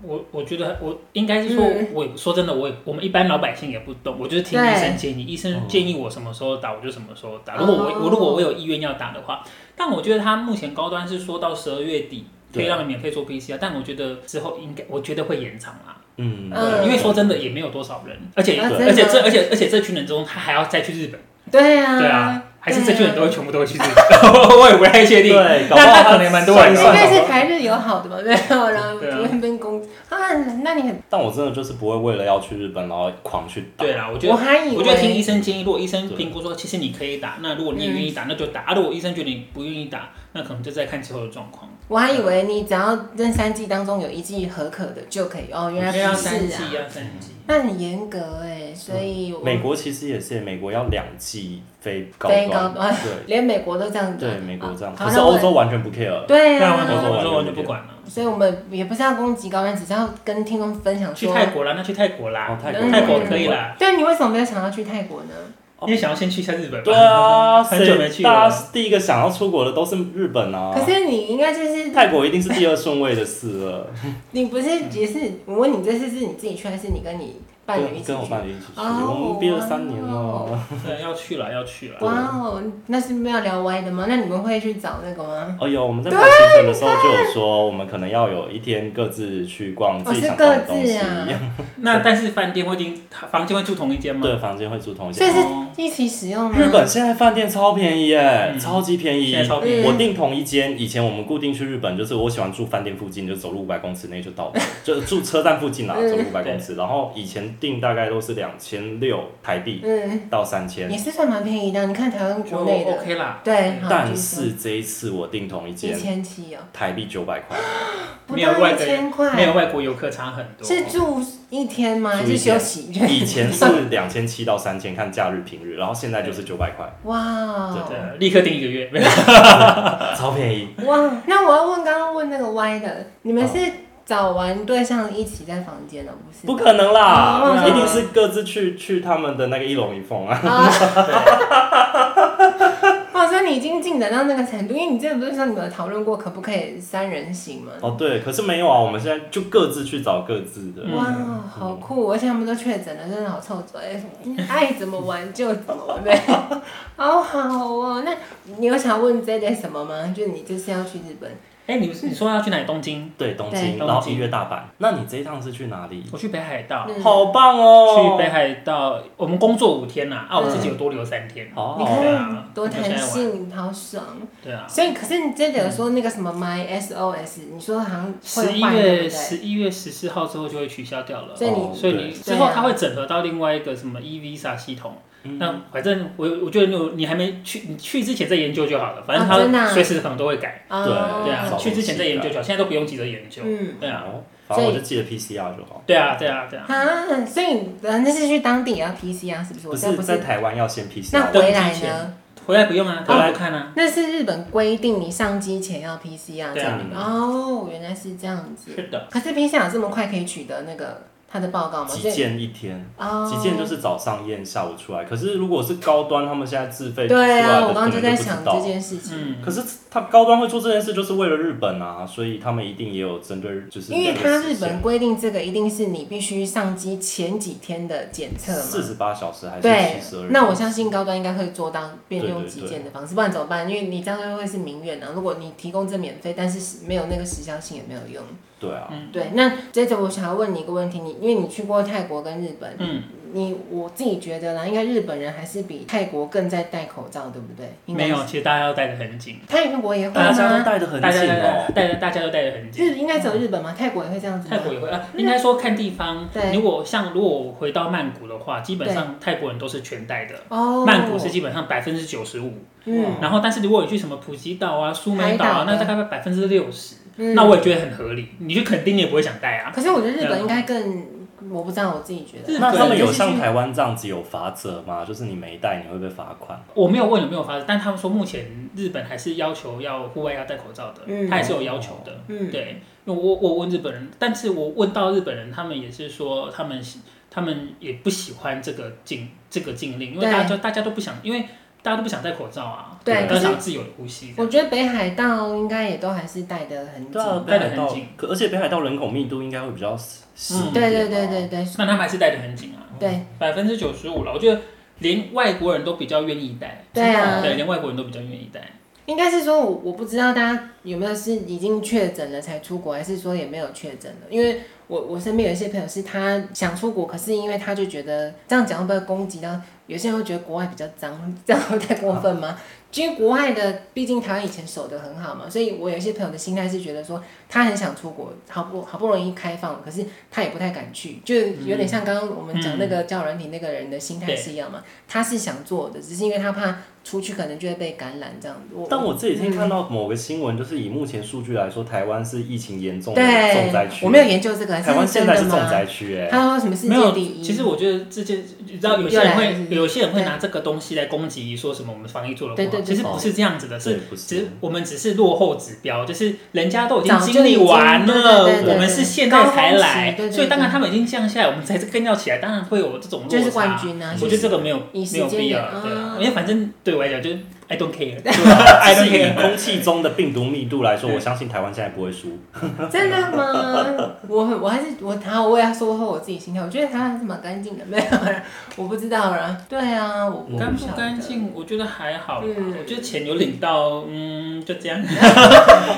[SPEAKER 2] 我我觉得我应该是说，
[SPEAKER 1] 嗯
[SPEAKER 2] 我也说真的，我也我们一般老百姓也不懂，我就是听
[SPEAKER 1] 对
[SPEAKER 2] 医生建议，医生建议我什么时候打，我就什么时候打。
[SPEAKER 1] 哦
[SPEAKER 2] 如果我、我如果我有意愿要打的话，但我觉得他目前高端是说到十二月底可以
[SPEAKER 3] 对
[SPEAKER 2] 让你免费做 PCR，但我觉得之后应该我觉得会延长啦，
[SPEAKER 3] 嗯，
[SPEAKER 1] 嗯
[SPEAKER 2] 因为说真的也没有多少人，而且、
[SPEAKER 1] 啊
[SPEAKER 3] 对
[SPEAKER 1] 真的
[SPEAKER 2] 而且这而且而且这群人中他还要再去日本，
[SPEAKER 1] 对啊，
[SPEAKER 2] 对啊，还是这群人都会
[SPEAKER 1] 对啊
[SPEAKER 2] 全部都会去 日本， 我也不太确定。
[SPEAKER 3] 对，
[SPEAKER 2] 那
[SPEAKER 3] 搞不好
[SPEAKER 2] 那
[SPEAKER 3] 他
[SPEAKER 2] 可能也蛮多人
[SPEAKER 3] 算
[SPEAKER 2] 的
[SPEAKER 3] 一
[SPEAKER 1] 应该
[SPEAKER 3] 算搞
[SPEAKER 1] 是
[SPEAKER 3] 不好
[SPEAKER 1] 台日友好的吧？对啊，然后
[SPEAKER 2] 对啊
[SPEAKER 1] 就会分工啊，那你很，
[SPEAKER 3] 但我真的就是不会为了要去日本然后狂去打。
[SPEAKER 2] 对啦，我觉得
[SPEAKER 1] 我还以为
[SPEAKER 2] 我觉得听医生建议，如果医生
[SPEAKER 3] 对
[SPEAKER 2] 评估说其实你可以打，那如果你也愿意
[SPEAKER 1] 嗯
[SPEAKER 2] 打，那就打；啊如果医生觉得你不愿意打，那可能就再看之后的状况。
[SPEAKER 1] 我还以为
[SPEAKER 3] 嗯
[SPEAKER 1] 你只要认三季当中有一季合可的就可以哦，原来
[SPEAKER 2] 要
[SPEAKER 1] 不
[SPEAKER 2] 三
[SPEAKER 1] 是
[SPEAKER 2] 剂
[SPEAKER 1] 啊，
[SPEAKER 2] 要三剂。
[SPEAKER 1] 那很严格哎，所以我
[SPEAKER 3] 嗯美国其实也是，美国要两季非高
[SPEAKER 1] 非高
[SPEAKER 3] 端，
[SPEAKER 1] 端，
[SPEAKER 3] 对
[SPEAKER 1] 连美国都这样打
[SPEAKER 3] 对，美国这样，
[SPEAKER 1] 好
[SPEAKER 3] 可是
[SPEAKER 1] 那我
[SPEAKER 3] 欧洲完全不 care。
[SPEAKER 1] 对
[SPEAKER 2] 啊，
[SPEAKER 1] 啊，
[SPEAKER 2] 完全
[SPEAKER 3] 我
[SPEAKER 2] 我说
[SPEAKER 3] 说完
[SPEAKER 2] 完
[SPEAKER 3] 全
[SPEAKER 2] 全
[SPEAKER 3] 不
[SPEAKER 2] 不管了。
[SPEAKER 1] 所以我们也不是要攻击高端，只是要跟听众分享
[SPEAKER 2] 去
[SPEAKER 1] 说，
[SPEAKER 2] 泰国啦，那去泰国
[SPEAKER 3] 哦
[SPEAKER 2] 啦，
[SPEAKER 3] 泰
[SPEAKER 1] 国
[SPEAKER 2] 泰国可以啦，
[SPEAKER 1] 对你为什么没有想要去泰国呢？嗯
[SPEAKER 2] 因为想要先去一下日本吧。
[SPEAKER 3] 对啊，
[SPEAKER 2] 嗯很久没
[SPEAKER 3] 谁
[SPEAKER 2] 去
[SPEAKER 3] 大
[SPEAKER 2] 了
[SPEAKER 3] 家。第一个想要出国的都是日本啊，
[SPEAKER 1] 可是你应该就是
[SPEAKER 3] 泰国一定是第二顺位的事了。
[SPEAKER 1] 你不是也是？我问你，这次是你自己去还是你跟你伴侣一
[SPEAKER 3] 跟
[SPEAKER 1] 起
[SPEAKER 3] 跟我
[SPEAKER 1] 去？
[SPEAKER 3] 伴侣一起去，
[SPEAKER 1] 哦
[SPEAKER 3] 我们憋了三年了。
[SPEAKER 2] 对，要去了，要去了。
[SPEAKER 1] 哇哦，那是没有聊歪的吗？那你们会去找那个吗？
[SPEAKER 3] 哦有，我们在排行程的时候就有说，我们可能要有一天各自去逛自己想逛的东西
[SPEAKER 1] 哦是各自，
[SPEAKER 2] 那但是饭店会订，房间会住同一间吗？哦
[SPEAKER 3] 对，房间会住同一
[SPEAKER 1] 所以
[SPEAKER 3] 间。
[SPEAKER 1] 是一起使用吗？
[SPEAKER 3] 日本现在饭店超便宜耶，超级便宜
[SPEAKER 2] 嗯现在，超
[SPEAKER 1] 嗯
[SPEAKER 2] 便宜
[SPEAKER 3] 我订同一间，以前我们固定去日本，就是我喜欢住饭店附近，就走路五百公尺内就 到，就住车站附近啦，
[SPEAKER 1] 嗯
[SPEAKER 3] 走路五百公尺。然后以前订大概都是两千六台币
[SPEAKER 1] 嗯，
[SPEAKER 3] 到三千
[SPEAKER 1] 也，是算蛮便宜的。你看台湾
[SPEAKER 2] 就
[SPEAKER 1] 国内的，
[SPEAKER 2] OK 啦。嗯
[SPEAKER 1] 对，好
[SPEAKER 3] 但是这一次我订同一
[SPEAKER 1] 就是一
[SPEAKER 3] 间，
[SPEAKER 1] 千七哦，
[SPEAKER 3] 台币 九百块，
[SPEAKER 1] 不
[SPEAKER 2] 没有
[SPEAKER 1] 到
[SPEAKER 2] 外
[SPEAKER 1] 一
[SPEAKER 2] 国
[SPEAKER 1] 千
[SPEAKER 2] 人没
[SPEAKER 1] 块，
[SPEAKER 2] 有外国游客差很多。
[SPEAKER 1] 是住一天吗？还
[SPEAKER 3] 住
[SPEAKER 1] 是
[SPEAKER 3] 一
[SPEAKER 1] 休
[SPEAKER 3] 天
[SPEAKER 1] 息？
[SPEAKER 3] 以前是两千七到三千，看假日平日，然后现在就是九百块，
[SPEAKER 1] 哇哦。
[SPEAKER 2] 对，立刻订一个月。没有
[SPEAKER 3] 超便宜。
[SPEAKER 1] 哇，那我要问刚刚问那个歪的，你们是找完对象一起在房间的，不是？
[SPEAKER 3] 不可能
[SPEAKER 1] 哦
[SPEAKER 3] 啦，
[SPEAKER 1] 那
[SPEAKER 3] 一定是各自去去他们的那个一龙一凤 啊。
[SPEAKER 1] 啊！哇，哦所以你已经进展到那个程度，因为你之前不是说你们有讨论过可不可以三人行吗？
[SPEAKER 3] 哦，对，可是没有啊，我们现在就各自去找各自的。
[SPEAKER 1] 哇，好酷！而且他们都确诊了，真的好臭嘴，爱怎么玩就怎么玩呗， 好好哦。那你有想问 J J 什么吗？就你就是要去日本，
[SPEAKER 2] 哎，你你说要去哪里？东京？
[SPEAKER 3] 对，东
[SPEAKER 1] 对
[SPEAKER 3] 京，
[SPEAKER 2] 东
[SPEAKER 3] 然后
[SPEAKER 2] 京
[SPEAKER 3] 一月大阪。那你这一趟是去哪里？
[SPEAKER 2] 我去北海道。
[SPEAKER 1] 嗯
[SPEAKER 3] 好棒哦！
[SPEAKER 2] 去北。海道，我们工作五天
[SPEAKER 1] 嗯
[SPEAKER 2] 呐、啊，我自己有多留三天。
[SPEAKER 3] 好
[SPEAKER 1] 你
[SPEAKER 3] 好
[SPEAKER 2] 啊
[SPEAKER 1] 看多弹性，好爽。
[SPEAKER 2] 对啊，
[SPEAKER 1] 所以，可是你之前有说那个什么 My SOS，你说好像
[SPEAKER 2] 嗯十
[SPEAKER 1] 会
[SPEAKER 2] 一
[SPEAKER 1] 换，对
[SPEAKER 2] 月
[SPEAKER 1] 不对？
[SPEAKER 2] 十一月十四号之后就会取消掉了。
[SPEAKER 1] 所以
[SPEAKER 3] 哦
[SPEAKER 1] 你
[SPEAKER 2] 所以你
[SPEAKER 3] 对
[SPEAKER 2] 之后它会整合到另外一个什么 e visa 系统，
[SPEAKER 1] 嗯
[SPEAKER 2] 那反正我我觉得你有你还没去，你去之前再研究就好了，反正
[SPEAKER 1] 哦真的啊
[SPEAKER 2] 它随时可能都会改，
[SPEAKER 1] 啊
[SPEAKER 2] 对啊
[SPEAKER 3] 早，
[SPEAKER 2] 去之前再研究就好，现在都不用急着研究，
[SPEAKER 1] 嗯
[SPEAKER 2] 对啊，
[SPEAKER 3] 哦反正我
[SPEAKER 1] 所以
[SPEAKER 3] 就记得 PCR 就好。
[SPEAKER 2] 对啊，对啊，对啊，
[SPEAKER 1] 啊，所以你呃那是去当地也要 PCR 是不是？我
[SPEAKER 3] 不
[SPEAKER 1] 现在
[SPEAKER 3] 是
[SPEAKER 1] 不
[SPEAKER 3] 在
[SPEAKER 1] 是，
[SPEAKER 3] 台湾要先
[SPEAKER 1] 那
[SPEAKER 3] PCR，
[SPEAKER 1] 回
[SPEAKER 2] 登
[SPEAKER 1] 来呢
[SPEAKER 2] 机前？回来不用啊，回来不看啊。
[SPEAKER 1] 那是日本规定你上机前要 PCR
[SPEAKER 2] 对
[SPEAKER 1] 这
[SPEAKER 2] 啊
[SPEAKER 1] 样。
[SPEAKER 3] 嗯
[SPEAKER 1] 哦，原来是这样子。
[SPEAKER 2] 是的，
[SPEAKER 1] 可是 PCR 这么快可以取得那个他的报告吗？
[SPEAKER 3] 极限一天，
[SPEAKER 1] 哦，
[SPEAKER 3] 极限就是早上验，下午出来。可是如果是高端，他们现在自费出
[SPEAKER 1] 对
[SPEAKER 3] 来的，
[SPEAKER 1] 啊，我刚刚就
[SPEAKER 3] 可
[SPEAKER 1] 在
[SPEAKER 3] 能不知
[SPEAKER 1] 想
[SPEAKER 3] 道
[SPEAKER 1] 这件事情。
[SPEAKER 2] 嗯，
[SPEAKER 3] 可是他高端会做这件事，就是为了日本啊，所以他们一定也有针对日，就是
[SPEAKER 1] 因为它日本规定这个一定是你必须上机前几天的检测
[SPEAKER 3] 四
[SPEAKER 1] 嘛。
[SPEAKER 3] 十八小时还是
[SPEAKER 1] 对
[SPEAKER 3] 七十二，，
[SPEAKER 1] 那我相信高端应该会做到变用
[SPEAKER 3] 对对
[SPEAKER 1] 极
[SPEAKER 3] 对
[SPEAKER 1] 简的方式，不然怎么办？因为你这样就会是民怨啊。如果你提供这免费，但是没有那个时效性也没有用。
[SPEAKER 3] 对啊，
[SPEAKER 2] 嗯
[SPEAKER 1] 对，那接着我想要问你一个问题，你因为你去过泰国跟日本，
[SPEAKER 2] 嗯，
[SPEAKER 1] 你我自己觉得啦，应该日本人还是比泰国更在戴口罩，对不对？应该
[SPEAKER 2] 没
[SPEAKER 1] 是
[SPEAKER 2] 有，，其实大家都戴得很紧，
[SPEAKER 1] 泰国也会
[SPEAKER 3] 大家都
[SPEAKER 1] 吗？
[SPEAKER 3] 戴的很
[SPEAKER 2] 大家
[SPEAKER 3] 紧
[SPEAKER 2] 戴
[SPEAKER 3] 哦
[SPEAKER 2] 得，戴大家都戴得很紧。
[SPEAKER 1] 日应该只有日本吗？泰国也会这样子吗？
[SPEAKER 2] 泰国也会啊，应该说看地方。
[SPEAKER 1] 对
[SPEAKER 2] 如果像如果我回到曼谷的话，基本上泰国人都是全戴的。
[SPEAKER 1] 哦，
[SPEAKER 2] 曼谷是基本上百分之九十五，
[SPEAKER 1] 嗯
[SPEAKER 2] 然后但是如果你去什么普吉岛啊、苏梅岛
[SPEAKER 1] 海岛
[SPEAKER 2] 啊，
[SPEAKER 1] 的
[SPEAKER 2] 那大概百分之六十，
[SPEAKER 1] 嗯
[SPEAKER 2] 那我也觉得很合理。你去垦丁你也不会想戴啊，
[SPEAKER 1] 可是我觉得日本应该更，我不知道我自己觉得。
[SPEAKER 2] 嗯日
[SPEAKER 3] 那他们
[SPEAKER 2] 本就
[SPEAKER 3] 有
[SPEAKER 2] 是
[SPEAKER 3] 像台湾这样子有罚则吗？就是你没戴你会被罚款？
[SPEAKER 2] 我没有问有没有发生，但他们说目前日本还是要求要户外要戴口罩的，
[SPEAKER 1] 嗯
[SPEAKER 2] 他还是有要求的。
[SPEAKER 1] 嗯，
[SPEAKER 2] 对，因为我我问日本人，但是我问到日本人，他们也是说他们喜他们也不喜欢这个禁这个禁令，因为
[SPEAKER 1] 对
[SPEAKER 2] 大家大家都不想，因为大家都不想戴口罩啊，
[SPEAKER 1] 对
[SPEAKER 2] 都
[SPEAKER 1] 可是
[SPEAKER 2] 想自由的呼吸
[SPEAKER 1] 我
[SPEAKER 2] 这样。
[SPEAKER 1] 觉得北海道应该也都还是戴得很紧
[SPEAKER 3] 对。啊，北
[SPEAKER 2] 戴得
[SPEAKER 3] 海
[SPEAKER 2] 很
[SPEAKER 3] 道
[SPEAKER 2] 紧，
[SPEAKER 3] 可而且北海道人口密度应该会比较
[SPEAKER 2] 嗯
[SPEAKER 3] 嗯，
[SPEAKER 1] 对对对对对
[SPEAKER 2] 那他们还是戴得很紧啊，
[SPEAKER 1] 对
[SPEAKER 2] 百分之九十五了，我觉得连外国人都比较愿意戴。
[SPEAKER 1] 对啊
[SPEAKER 2] 对，连外国人都比较愿意戴。
[SPEAKER 1] 应该是说我我不知道大家有没有是已经确诊了才出国，还是说也没有确诊的？因为我我身边有一些朋友是他想出国，可是因为他就觉得这样讲会不会攻击到？有些人会觉得国外比较脏，这样会太过分吗？因为国外的，毕竟台湾以前守得很好嘛，所以我有一些朋友的心态是觉得说，他很想出国，好不好不容易开放了，可是他也不太敢去，就有点像刚刚我们讲那个交友软体那个人的心态是一样嘛，他是想做的，只是因为他怕出去可能就会被感染这样嗯子。
[SPEAKER 3] 但我这几天看到某个新闻，就是以目前数据来说，台湾是疫情严重的重灾
[SPEAKER 1] 对，
[SPEAKER 3] 区。
[SPEAKER 1] 我没有研究这个，
[SPEAKER 3] 台湾
[SPEAKER 1] 是真
[SPEAKER 3] 现
[SPEAKER 1] 的
[SPEAKER 3] 在是重
[SPEAKER 1] 吗
[SPEAKER 3] 灾区哎，
[SPEAKER 1] 他说什么世
[SPEAKER 2] 没
[SPEAKER 1] 界
[SPEAKER 2] 有
[SPEAKER 1] 第，一？
[SPEAKER 2] 其实我觉得这件，你知道有些人
[SPEAKER 1] 嗯又来了是
[SPEAKER 2] 会，
[SPEAKER 1] 不是
[SPEAKER 2] 有些人会拿这个东西来攻击，说什么我们防疫做的不
[SPEAKER 1] 对对
[SPEAKER 2] 好，
[SPEAKER 1] 对
[SPEAKER 2] 其实不是这样子的，
[SPEAKER 3] 对
[SPEAKER 2] 是
[SPEAKER 3] 不是
[SPEAKER 2] 只我们只是落后指标，就是人家都已经
[SPEAKER 1] 早就
[SPEAKER 2] 经历完了，
[SPEAKER 1] 已经对对对对
[SPEAKER 2] 我们是现在才来
[SPEAKER 1] 高峰期对对，对
[SPEAKER 2] 所以当然他们已经降下来，我们才是更要起来，当然会有这种
[SPEAKER 1] 就
[SPEAKER 2] 落
[SPEAKER 1] 是冠
[SPEAKER 2] 差。
[SPEAKER 1] 军啊，
[SPEAKER 2] 我觉得这个没有
[SPEAKER 1] 以
[SPEAKER 2] 没
[SPEAKER 1] 时
[SPEAKER 2] 有
[SPEAKER 1] 间
[SPEAKER 2] 必要
[SPEAKER 1] 点，
[SPEAKER 2] 对啊
[SPEAKER 1] 啊，
[SPEAKER 2] 因为反正对我来讲就是 I don't care，
[SPEAKER 3] 还
[SPEAKER 2] I
[SPEAKER 3] 是
[SPEAKER 2] don't
[SPEAKER 3] 啊以
[SPEAKER 2] care。
[SPEAKER 3] 空气中的病毒密度来说，我相信台湾现在不会输。
[SPEAKER 1] 真的吗？ 我很我还是我，好，我也要说说我自己心态。我觉得台湾还是蛮干净的，没有啦，我不知道啦。对啊，我我
[SPEAKER 2] 干
[SPEAKER 1] 晓
[SPEAKER 2] 不
[SPEAKER 1] 得
[SPEAKER 2] 干？净？我觉得还好吧，
[SPEAKER 1] 嗯
[SPEAKER 2] 我觉得钱有领到，嗯，就 这样，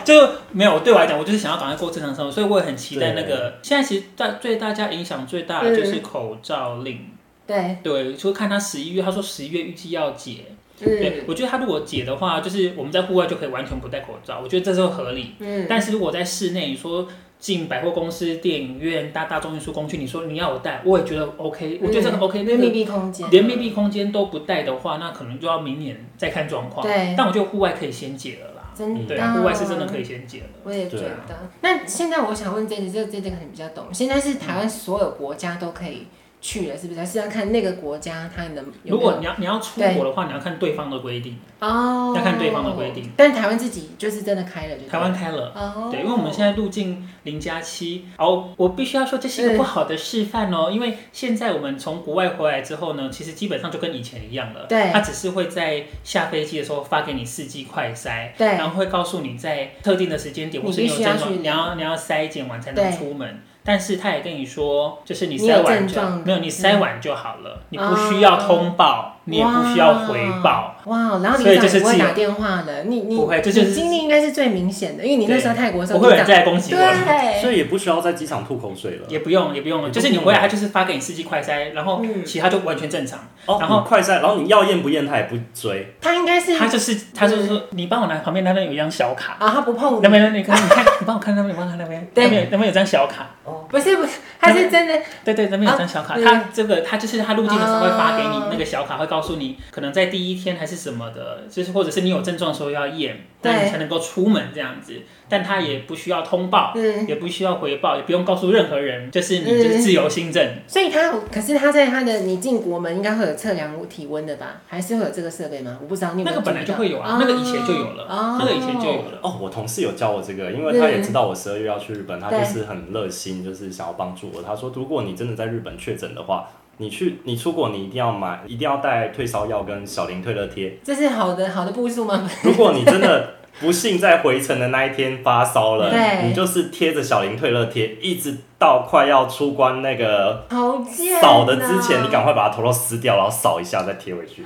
[SPEAKER 2] 就没有。对我来讲，我就是想要赶快过正常生活，所以我也很期待那个。现在其实大对大家影响最大的就是
[SPEAKER 1] 嗯
[SPEAKER 2] 口罩令，
[SPEAKER 1] 对，
[SPEAKER 2] 对，就看他十一月，他说十一月预计要解，对
[SPEAKER 1] 嗯
[SPEAKER 2] 我觉得他如果解的话，就是我们在户外就可以完全不戴口罩，我觉得这是合理。
[SPEAKER 1] 嗯，
[SPEAKER 2] 但是如果在室内，你说进百货公司、电影院、大大众运输工具，你说你要我戴，我也觉得 OK，我觉
[SPEAKER 1] 嗯
[SPEAKER 2] 得这个 OK，那
[SPEAKER 1] 连
[SPEAKER 2] 个
[SPEAKER 1] 密闭空间，啊
[SPEAKER 2] 连密闭空间都不带的话，那可能就要明年再看状况。
[SPEAKER 1] 对嗯
[SPEAKER 2] 但我觉得户外可以先解了啦。
[SPEAKER 1] 真
[SPEAKER 2] 对
[SPEAKER 1] 的
[SPEAKER 2] 啊，户外是真的可以先解了。
[SPEAKER 1] 我也觉
[SPEAKER 3] 对
[SPEAKER 1] 得
[SPEAKER 3] 啊。
[SPEAKER 1] 那现在我想问 J J，这个 J J 可能比较懂。现在是台湾所有国家都可以去了，是不是？还是要看那个国家它能有没有
[SPEAKER 2] 如果你要你要出国的话，你要看对方的规定。
[SPEAKER 1] 哦，
[SPEAKER 2] 要看对方的规定。
[SPEAKER 1] 但台湾自己就是真的开了就对了，
[SPEAKER 2] 台湾开了。
[SPEAKER 1] 哦，
[SPEAKER 2] 对，因为我们现在入境零加七，哦，我必须要说这是一个不好的示范哦，因为现在我们从国外回来之后呢，其实基本上就跟以前一样了，
[SPEAKER 1] 对
[SPEAKER 2] 他只是会在下飞机的时候发给你四季快筛，
[SPEAKER 1] 对
[SPEAKER 2] 然后会告诉你在特定的时间点，
[SPEAKER 1] 你
[SPEAKER 2] 或是你有
[SPEAKER 1] 必须要
[SPEAKER 2] 症
[SPEAKER 1] 去
[SPEAKER 2] 状，你要你要筛检完才能
[SPEAKER 1] 对
[SPEAKER 2] 出门。但是他也跟你说，就是你
[SPEAKER 1] 你有
[SPEAKER 2] 筛完
[SPEAKER 1] 症
[SPEAKER 2] 就
[SPEAKER 1] 状
[SPEAKER 2] 没有，你筛完就好了，你不需
[SPEAKER 1] 哦
[SPEAKER 2] 要通报，你也不需要回报。
[SPEAKER 1] 哇，然后
[SPEAKER 2] 所
[SPEAKER 1] 里
[SPEAKER 2] 以就
[SPEAKER 1] 长
[SPEAKER 2] 是
[SPEAKER 1] 不会
[SPEAKER 2] 自由
[SPEAKER 1] 打电话了，你你
[SPEAKER 2] 不会这
[SPEAKER 1] 你
[SPEAKER 2] 就是
[SPEAKER 1] 经历应该是最明显的，因为你那时候泰国的时候
[SPEAKER 2] 不会有人
[SPEAKER 1] 里长
[SPEAKER 2] 再来攻击我了。
[SPEAKER 1] 对，
[SPEAKER 3] 所以也不需要在机场吐口水了。
[SPEAKER 2] 哎也不用，也不
[SPEAKER 3] 也
[SPEAKER 2] 用，
[SPEAKER 3] 不
[SPEAKER 2] 就是你
[SPEAKER 3] 用
[SPEAKER 2] 回来，他就是发给你四季快筛，然后
[SPEAKER 1] 嗯
[SPEAKER 2] 其他就完全正常。
[SPEAKER 3] 哦，
[SPEAKER 2] 然后
[SPEAKER 3] 你快筛，然后你要验不验他也不追，
[SPEAKER 1] 他应该是
[SPEAKER 2] 他就是，他就是
[SPEAKER 1] 嗯
[SPEAKER 2] 说，你帮我拿旁边那边有一张小卡，
[SPEAKER 1] 啊，他不碰你，
[SPEAKER 2] 那边那边你看，你看，你帮我看那边，你帮我看那边，
[SPEAKER 1] 对
[SPEAKER 2] 那边有那边有张小卡，
[SPEAKER 1] 不是不是，他是真的
[SPEAKER 2] 对对，那边有张小卡，
[SPEAKER 1] 啊
[SPEAKER 2] 他这个他就是他入境的时候会发给你
[SPEAKER 1] 啊
[SPEAKER 2] 那个小卡，会告告诉你，可能在第一天还是什么的，就是或者是你有症状的时候要验，但你才能够出门这样子。但他也不需要通报，
[SPEAKER 1] 嗯，
[SPEAKER 2] 也不需要回报，也不用告诉任何人，就是你就是自由新政。
[SPEAKER 1] 所以他可是他在他的你进国门应该会有测量体温的吧？还是会有这个设备吗？我不知道你有没
[SPEAKER 2] 那
[SPEAKER 1] 有
[SPEAKER 2] 个本来
[SPEAKER 1] 注意
[SPEAKER 2] 就
[SPEAKER 1] 到
[SPEAKER 2] 会有啊，那个以前就有了，
[SPEAKER 1] 哦
[SPEAKER 2] 那个以前就有了。
[SPEAKER 3] 哦，我同事有教我这个，因为他也知道我十二月要去日本，他就是很热心，就是想要帮助我。他说，如果你真的在日本确诊的话，你去你出国，你一定要买，一定要带退烧药跟小林退热 贴。
[SPEAKER 1] 这是好的好的步数吗？
[SPEAKER 3] 如果你真的不幸在回程的那一天发烧了，
[SPEAKER 1] 对
[SPEAKER 3] 你就是贴着小林退热贴，一直到快要出关那个
[SPEAKER 1] 好贱、啊！
[SPEAKER 3] 扫的之前，你赶快把它头头撕掉，然后扫一下再贴回去，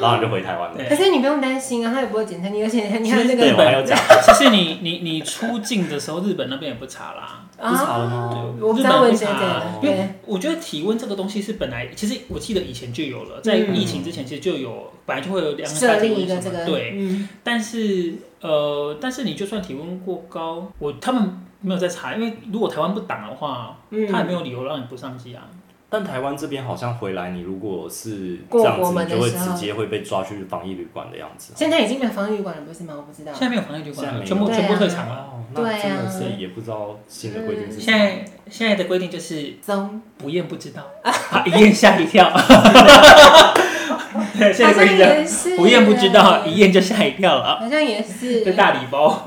[SPEAKER 3] 然后你就回台湾了。
[SPEAKER 2] 对
[SPEAKER 1] 可是你不用担心啊，他也不会检测你，而且你还有那
[SPEAKER 3] 对，
[SPEAKER 1] 个
[SPEAKER 3] 我还有讲，
[SPEAKER 2] 其实你你你出境的时候，日本那边也不查啦。
[SPEAKER 3] 不
[SPEAKER 1] 啊
[SPEAKER 3] 查了吗？
[SPEAKER 1] 哦我不知道文学怎样，
[SPEAKER 2] 啊因
[SPEAKER 1] 对
[SPEAKER 2] 为，我觉得体温这个东西是本来，其实我记得以前就有了，在
[SPEAKER 1] 嗯
[SPEAKER 2] 疫情之前其实就有，本来就会有量
[SPEAKER 1] 设
[SPEAKER 2] 下体
[SPEAKER 1] 立
[SPEAKER 2] 温
[SPEAKER 1] 一个
[SPEAKER 2] 什
[SPEAKER 1] 这
[SPEAKER 2] 么
[SPEAKER 1] 个，
[SPEAKER 2] 的对，
[SPEAKER 1] 嗯，
[SPEAKER 2] 但是呃，但是你就算体温过高，我他们没有在查，因为如果台湾不挡的话，
[SPEAKER 1] 嗯
[SPEAKER 2] 他也没有理由让你不上机啊。
[SPEAKER 3] 但台湾这边好像回来，你如果是这
[SPEAKER 1] 过
[SPEAKER 3] 样
[SPEAKER 1] 国
[SPEAKER 3] 子，
[SPEAKER 1] 门
[SPEAKER 3] 你
[SPEAKER 1] 的
[SPEAKER 3] 就会
[SPEAKER 1] 时候
[SPEAKER 3] 直接会被抓去防疫旅馆的样子。
[SPEAKER 1] 现在已经没有防疫旅馆了，不是吗？我不知道
[SPEAKER 2] 现。在没有防疫旅
[SPEAKER 3] 现在
[SPEAKER 2] 馆
[SPEAKER 3] 没
[SPEAKER 2] 了，
[SPEAKER 3] 有
[SPEAKER 2] 全部
[SPEAKER 1] 啊对啊
[SPEAKER 2] 全部退场了。
[SPEAKER 3] 哦，
[SPEAKER 1] 对
[SPEAKER 3] 那
[SPEAKER 1] 啊
[SPEAKER 3] 真的是也不知道新的规定是什
[SPEAKER 2] 现
[SPEAKER 3] 么。
[SPEAKER 2] 在现在的规定就是
[SPEAKER 1] 中，
[SPEAKER 2] 不验不知道，啊、一验吓一 跳。对，现在
[SPEAKER 1] 好
[SPEAKER 2] 规
[SPEAKER 1] 像
[SPEAKER 2] 定叫
[SPEAKER 1] 也是，啊
[SPEAKER 2] 不验不知道，一验就吓一跳了。
[SPEAKER 1] 好像也是
[SPEAKER 2] 这，大礼包，